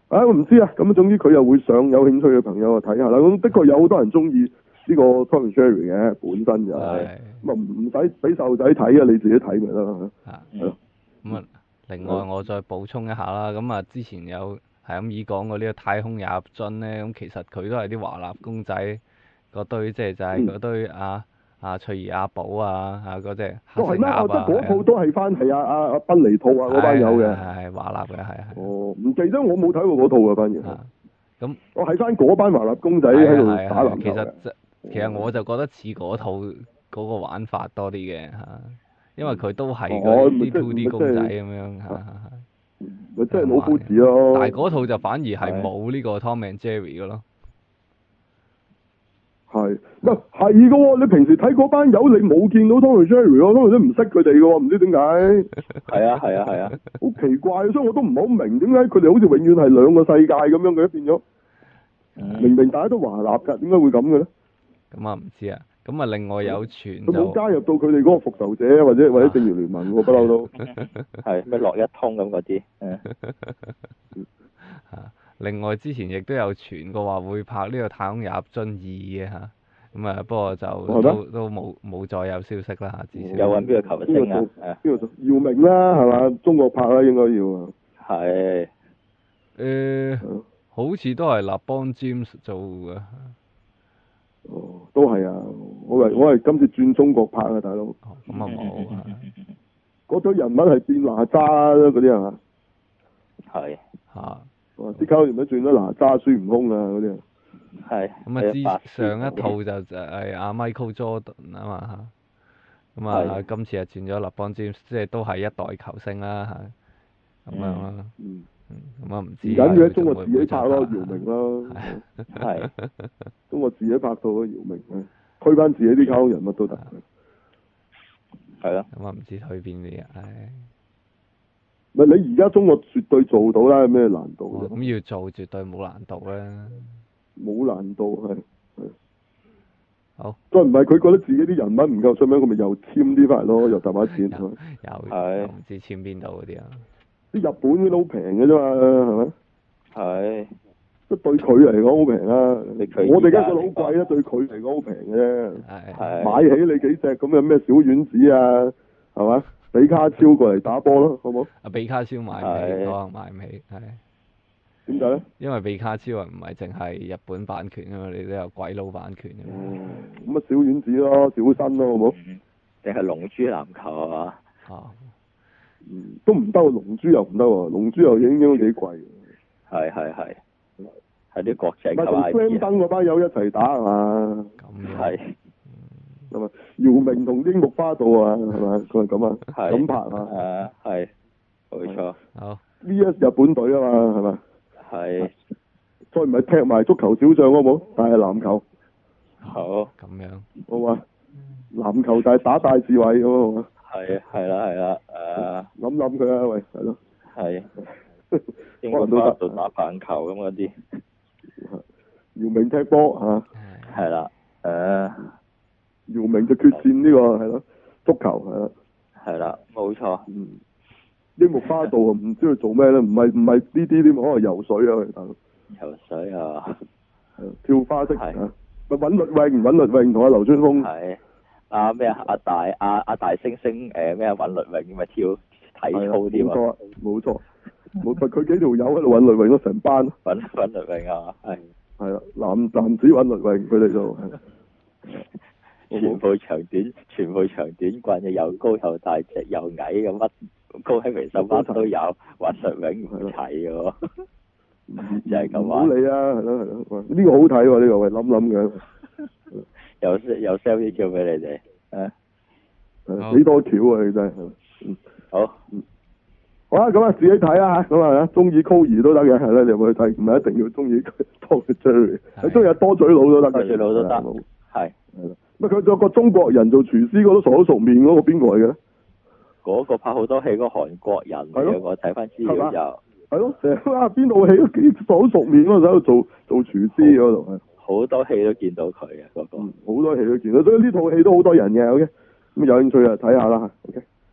A: 啊，我唔知啊。咁總之佢又會上，有興趣嘅朋友就睇下啦。咁的確有好多人中意呢個 Tom and Jerry 嘅，本身就係
B: 係
A: 咁啊，唔唔使俾細路仔睇啊，你自己睇咪得啦。
B: 啊。
C: 嗯
A: 係咯
B: 咁啊，另外我再補充一下啦，咁啊之前有係咁以講過呢個太空也入樽咧，咁其實佢都係啲華納公仔嗰堆，即係就
A: 嗯
B: 係嗰堆啊啊翠兒阿寶啊啊嗰隻
A: 哦，
B: 黑
A: 係
B: 色
A: 咩？
B: 鴨
A: 哦，即係
B: 啊，
A: 嗰套都係翻係阿阿阿賓尼兔啊
B: 係
A: 嗰班友
B: 係
A: 嘅。
B: 係係華納嘅係係
A: 哦，唔記得我冇睇過嗰套啊，反而
B: 啊，
A: 我係翻嗰班華納公仔
B: 係啊
A: 喺度
B: 係啊
A: 打
B: 係啊
A: 籃
B: 其
A: 球
B: 實
A: 嘅。
B: 就其實我就覺得似嗰套嗰個玩法多啲嘅嚇，因為佢都係嗰
A: 哦咪
B: 啲
A: 即係
B: two
A: 咪
B: D
A: 即係
B: 公仔咁樣嚇。嚇嚇
A: 咪真係老夫子咯。
B: 但係嗰套就反而係
C: 係
B: 冇呢個 Tom and Jerry 嘅咯。
A: 係，唔係係噶喎！你平時睇嗰班友，你冇見到 Tom and Jerry 咯，Tom and Jerry 唔識佢哋噶喎，唔知點解，
C: 係啊係啊係啊，
A: 好奇怪，所以我都唔好明點解佢哋好似永遠係兩個世界咁樣嘅，變咗明
C: 嗯
A: 明大家都華納㗎，點解會咁嘅咧？
B: 咁啊唔知啊，咁啊另外有
A: 佢
B: 傳
A: 冇
B: 就
A: 加入到佢哋嗰個復仇者或者或者正義聯盟喎，不嬲都。
B: 嗯
C: 係咩落一通咁嗰啲，嗯
B: 啊另外之前亦都有傳過話會拍呢個《太空也入樽二》嘅嚇，咁啊不過就
A: 哦咩哦
B: 都都冇冇再有消息啦嚇，至少
C: 又揾邊個球星啊？誒
A: 邊個做姚明啦，係嘛？中國拍啦，應該要啊。
C: 係
B: 誒
A: 係咯
B: 呃好似都係立邦 James 做嘅，
A: 哦，都係啊！我係我係今次轉中國拍啊，大佬。
B: 哦咁啊冇啊，
A: 嗰組人物係變哪吒啊嗰啲係嘛？哦
C: 係
B: 嚇。
A: 哇啲卡通人物轉咗哪吒、孫悟空啊嗰啲啊。
C: 係。
B: 咁啊，
C: 白
B: 之上一
C: 絲
B: 套就就呃係阿 Michael Jordan 啊嘛嚇，咁啊
C: 係
B: 今次啊轉咗立邦 James，即係都係一代球星啦嚇，咁樣啦，
A: 嗯。
B: 嗯咁啊唔
A: 唔
B: 知
A: 緊
B: 啊
A: 要喺
B: 佢
A: 中
B: 仲
A: 國
B: 會
A: 自
B: 唔會
A: 己拍咯，姚
B: 再拍
A: 明咯。
B: 係
C: 係
A: 中國自己拍到咯，姚明啊，推翻自己啲卡通人物都得。
C: 係咯，
B: 咁啊唔知去邊啲啊，唉，
A: 唔係你而家中國絕對做到啦，有咩難度
B: 哦
A: 啫？
B: 咁要做絕對冇難度啦，
A: 冇難度係。係
B: 好。
A: 再唔係佢覺得自己啲人物唔夠出名，佢咪又簽啲翻嚟 咯，又揼下錢。係咪
B: 有
C: 係
B: 又唔知簽邊度嗰啲啊，
A: 啲日本嗰啲好平嘅啫嘛，係咪？
C: 係
A: 即係對佢嚟講好平啦。
C: 你佢
A: 我哋而家
C: 而家
A: 覺得好貴啊啦，對佢嚟講好平嘅啫。
B: 係
C: 係
A: 買起你幾隻咁有咩小丸子啊，係嘛？比卡超過嚟打波咯，好冇？
B: 阿比卡超買唔起，可能買唔起，係
A: 點解咧？
B: 因為比卡超啊唔係淨係日本版權啊嘛，你都有鬼佬版權啊嘛。
A: 咁啊，小丸子咯，小新咯，好冇？
C: 嗯定係龍珠籃球啊嘛？
B: 啊，
A: 嗯都唔得喎，龍珠又唔得喎，龍珠又已經應該幾貴嘅。
C: 係係係，係啲國
A: 唔
C: 際
A: 係同 Slam
C: 級 IP 啊
A: Dunk 嗰班友一齊打係嘛？
B: 咁樣
C: 係
A: 係咪？姚明同櫻木花道啊，係咪？佢係咁啊，
C: 係
A: 咁拍啊。
C: 啊係，冇錯
B: 好，
A: 呢一日本隊啊嘛，係咪？
C: 係
A: 再唔係踢埋足球小將好冇？但係籃球
C: 好
B: 咁樣
A: 好嘛？籃球但係打大智慧咁好嘛？
C: 係係啦係啦
A: 諗諗佢啊，喂，係咯。
C: 誒係
A: 可
C: 應該
A: 能都
C: 翻
A: 得
C: 到打棒球咁嗰啲
A: 姚明踢波嚇、啊
B: 係
C: 係啦啊誒。
A: 姚明就決戰呢、個係咯，足球係啦，
C: 係啦，冇錯，
A: 嗯，櫻木花道啊，唔知佢做咩咧？唔係唔係呢啲啲，可能游水啊，佢大佬
C: 游水啊，
A: 係咯跳花式
C: 係
A: 啊，咪揾陸永，揾陸永同阿劉春峰，
C: 係啊咩啊阿大阿阿大猩猩誒咩啊尹律永咪跳體
A: 係啦
C: 操添
A: 冇錯
C: 啊，
A: 啊，冇錯，冇咪佢幾條友喺度揾陸永咯，成班
C: 尹尹律永啊，係
A: 係啦，男男子揾陸永， 佢哋就係
C: 全部長短，全部長短棍嘅，又高又大隻又矮嘅，乜高喺微手乜都有，尹律永唔齊嘅喎， 就係咁
A: 唔
C: 話
A: 好，理啊，係咯係咯，喂呢個好睇喎，呢個喂諗諗嘅
C: 有有 sell 啲票俾你哋，誒
A: 係
B: 好
A: 啦，幾多橋啊，你真係。
C: 好
A: 好啦，咁啊自己睇啦吓，咁啊中意 c o y 都得嘅，係啦，你有冇去睇？唔係一定要中意 Tom and Jerry，
B: 係
A: 你中意阿多嘴佬都得嘅，
C: 多嘴佬都
A: 係
C: 得
A: 啦
C: 係
A: 係啦，咪佢仲有個中國人做廚師嗰個都熟口熟面嗰個邊個嚟嘅咧？
C: 嗰個拍好多戲嗰個韓國人嚟
A: 係
C: 嘅，
A: 咯
C: 我睇翻資
A: 係嘛
C: 料就。
A: 係咯，成日啊邊套戲都幾熟口熟面嗰個喺度做做廚師嗰度，係
C: 好多戲都見到佢嘅嗰個，
A: 嗯好多戲都見到，所以呢套戲都好多人嘅，OK，咁有興趣啊睇下啦，OK，